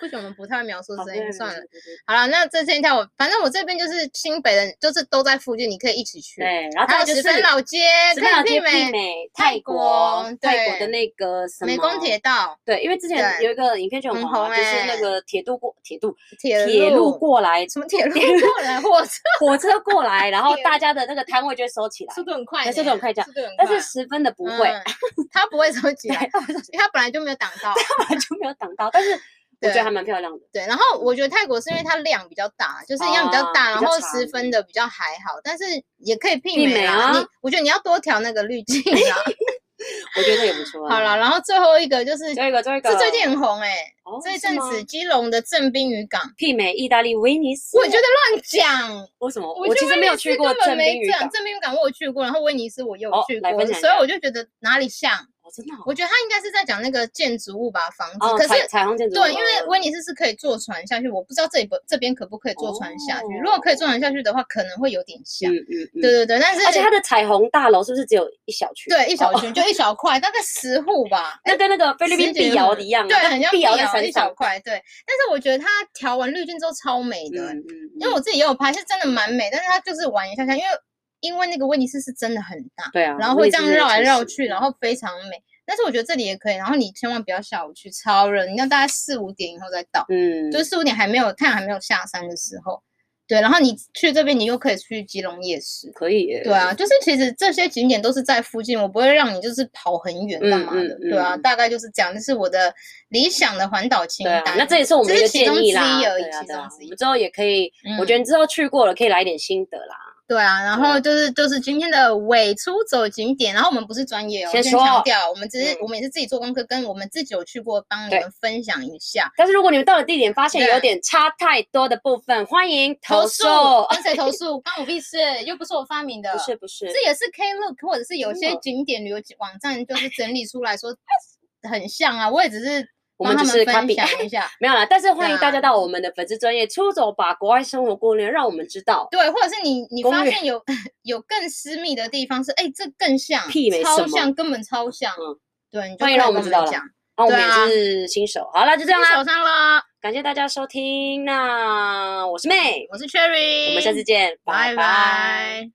Speaker 1: 不行，我们不太会描述
Speaker 2: 好
Speaker 1: 声
Speaker 2: 对
Speaker 1: 音，
Speaker 2: 没
Speaker 1: 算
Speaker 2: 事
Speaker 1: 了。
Speaker 2: 对对
Speaker 1: 好了，那这这一条我反正我这边就是新北人，就是都在附近，你可以一起去。
Speaker 2: 对，然后
Speaker 1: 还
Speaker 2: 再
Speaker 1: 有
Speaker 2: 就
Speaker 1: 十
Speaker 2: 是
Speaker 1: 分老街，
Speaker 2: 十
Speaker 1: 可
Speaker 2: 分老
Speaker 1: 以媲
Speaker 2: 街媲
Speaker 1: 美
Speaker 2: 美
Speaker 1: 泰
Speaker 2: 泰
Speaker 1: 国
Speaker 2: 国泰国
Speaker 1: 对
Speaker 2: 的那个什么
Speaker 1: 美工铁道、
Speaker 2: 对，因为之前
Speaker 1: 对
Speaker 2: 有一个影片就很
Speaker 1: 很
Speaker 2: 红嘛，
Speaker 1: 红
Speaker 2: 就是那
Speaker 1: 欸
Speaker 2: 个铁路过铁路
Speaker 1: 铁
Speaker 2: 路过来，
Speaker 1: 什么铁路过来，火车
Speaker 2: 火车过来，然后
Speaker 1: <laughs> 铁
Speaker 2: 大家的那个摊位就会收起来，
Speaker 1: 速度很快
Speaker 2: 哎
Speaker 1: 呢，
Speaker 2: 速度很快这样
Speaker 1: 速度很
Speaker 2: 但
Speaker 1: 快
Speaker 2: 是十分的不会， <laughs>
Speaker 1: 嗯他不会收起
Speaker 2: 对，
Speaker 1: 来，因为他本来就没有挡到。
Speaker 2: 根本就没有挡到，但是我觉
Speaker 1: 对
Speaker 2: 得还蛮漂亮的。
Speaker 1: 对，然后我觉得泰国是因为它量比较大，就是一样比较
Speaker 2: 啊
Speaker 1: 大，
Speaker 2: 比
Speaker 1: 然
Speaker 2: 较
Speaker 1: 后
Speaker 2: 长
Speaker 1: 十分的比较还好，但是也可以媲
Speaker 2: 媲
Speaker 1: 美
Speaker 2: 美
Speaker 1: 啦。
Speaker 2: 啊
Speaker 1: 你我觉得你要多调那个滤
Speaker 2: <laughs>
Speaker 1: 镜啊啦。
Speaker 2: 我觉得也不错啊。
Speaker 1: 好了，然后最后一个就是，
Speaker 2: 最后一个，最后一个，
Speaker 1: 这最近很红哎，
Speaker 2: 哦
Speaker 1: 这一
Speaker 2: 是
Speaker 1: 阵
Speaker 2: 吗
Speaker 1: 子基隆的正滨渔港，
Speaker 2: 媲美意大利威尼斯，
Speaker 1: 我觉得乱讲，
Speaker 2: 为什么？
Speaker 1: 我
Speaker 2: 我
Speaker 1: 觉
Speaker 2: 其
Speaker 1: 得
Speaker 2: 实
Speaker 1: 威
Speaker 2: 没有
Speaker 1: 尼斯
Speaker 2: 去过
Speaker 1: 根本
Speaker 2: 正
Speaker 1: 没
Speaker 2: 滨渔
Speaker 1: 这样
Speaker 2: 港，
Speaker 1: 正滨渔港我有去过，然后威尼斯我也有
Speaker 2: 哦
Speaker 1: 去
Speaker 2: 来
Speaker 1: 过，
Speaker 2: 分享一
Speaker 1: 所以
Speaker 2: 下哦
Speaker 1: 我就觉得哪里像，
Speaker 2: 我真的好。
Speaker 1: 我觉得他应该是在讲那个建筑物吧，房子，
Speaker 2: 哦，
Speaker 1: 可是
Speaker 2: 彩彩虹建筑物
Speaker 1: 对，因为威尼斯是可以坐船下去，我不知道这里不这边可不可以坐船下去。如果可以坐船下去的话，可能会有点像。
Speaker 2: 哦嗯嗯嗯，
Speaker 1: 对对对，但是
Speaker 2: 而且它的彩虹大楼是不是只有一小区？，啊
Speaker 1: 对一小群就一小块，大概十户吧。
Speaker 2: 那跟那个菲律宾
Speaker 1: 十几
Speaker 2: 碧瑶
Speaker 1: 户
Speaker 2: 的一样啊，
Speaker 1: 对，
Speaker 2: 但
Speaker 1: 很像
Speaker 2: 碧瑶在
Speaker 1: 一
Speaker 2: 山
Speaker 1: 小
Speaker 2: 上。
Speaker 1: 块。对，但是我觉得它调完滤镜之后超美的，
Speaker 2: 嗯嗯，
Speaker 1: 因为
Speaker 2: 嗯
Speaker 1: 我自己也有拍，是真的蛮美，但是它就是玩一下下，因为因为那个威尼斯是真的很大，
Speaker 2: 对啊，
Speaker 1: 然后
Speaker 2: 威
Speaker 1: 会
Speaker 2: 尼
Speaker 1: 这
Speaker 2: 斯
Speaker 1: 样
Speaker 2: 这个
Speaker 1: 绕来
Speaker 2: 城
Speaker 1: 绕
Speaker 2: 市
Speaker 1: 去，然后非常美。但是我觉得这里也可以，然后你千万不要下午去，超热，你要大概四五点以后再到。
Speaker 2: 嗯，
Speaker 1: 就是四五点还没有太阳还没有下山的时候，对，然后你去这边，你又可以去基隆夜市，
Speaker 2: 可以耶，
Speaker 1: 对啊，就是其实这些景点都是在附近，我不会让你就是跑很远干
Speaker 2: 嗯
Speaker 1: 嘛
Speaker 2: 嗯
Speaker 1: 的，对啊，
Speaker 2: 嗯
Speaker 1: 大概就是这样，这是我的理想的环岛清
Speaker 2: 对啊
Speaker 1: 单。，
Speaker 2: 那这也是我们
Speaker 1: 这
Speaker 2: 一
Speaker 1: 是
Speaker 2: 个
Speaker 1: 其
Speaker 2: 建
Speaker 1: 中
Speaker 2: 议
Speaker 1: 之
Speaker 2: 啦，
Speaker 1: 一而已
Speaker 2: 对啊
Speaker 1: 其
Speaker 2: 对
Speaker 1: 中
Speaker 2: 啊
Speaker 1: 之
Speaker 2: 我
Speaker 1: 一
Speaker 2: 们之后也可以，我
Speaker 1: 嗯
Speaker 2: 觉得你之后去过了可以来一点心得啦。
Speaker 1: 对啊，然
Speaker 2: 对啊
Speaker 1: 后就是就是今天的尾出走景点，然后我们不是专业哦，
Speaker 2: 先
Speaker 1: 先
Speaker 2: 说
Speaker 1: 强调，我们只是、
Speaker 2: 嗯
Speaker 1: 我们也是自己做功课，跟我们自己有去过，帮你
Speaker 2: 对
Speaker 1: 们分享一下。
Speaker 2: 但是如果你们到了地点发现
Speaker 1: 对
Speaker 2: 有点差太多的部分，欢迎投诉。
Speaker 1: 跟谁投诉？关我屁事，又不是我发明的。
Speaker 2: <laughs> 不是哦不是，
Speaker 1: 这也是 Klook 或者是有
Speaker 2: 真
Speaker 1: 些
Speaker 2: 的
Speaker 1: 景点旅游网站就是整理出来说很像啊，我也只是
Speaker 2: 我
Speaker 1: 帮
Speaker 2: 们
Speaker 1: 他
Speaker 2: 只
Speaker 1: 们
Speaker 2: 是
Speaker 1: 分
Speaker 2: copy。
Speaker 1: 享一下
Speaker 2: 没有啦。但是欢迎大家
Speaker 1: 对啊
Speaker 2: 到我们的粉丝专业出走，把国外生活攻略让我们知道。
Speaker 1: 对，或者是你你
Speaker 2: 攻
Speaker 1: 发
Speaker 2: 略
Speaker 1: 现
Speaker 2: <laughs>
Speaker 1: 有有更私密的地方是，哎，这更像，
Speaker 2: 媲美什
Speaker 1: 超
Speaker 2: 么
Speaker 1: 像，根本超像。
Speaker 2: 嗯
Speaker 1: 对，你就
Speaker 2: 欢
Speaker 1: 可以
Speaker 2: 迎让我
Speaker 1: 跟我
Speaker 2: 们知道啦
Speaker 1: 讲。
Speaker 2: 那我们
Speaker 1: 对啊
Speaker 2: 也是新手，好啦，就这样啦
Speaker 1: 手。上了，
Speaker 2: 感谢大家收听，那我是妹，
Speaker 1: 我是 Cherry，
Speaker 2: 我们下次见，
Speaker 1: 拜
Speaker 2: 拜拜
Speaker 1: 拜。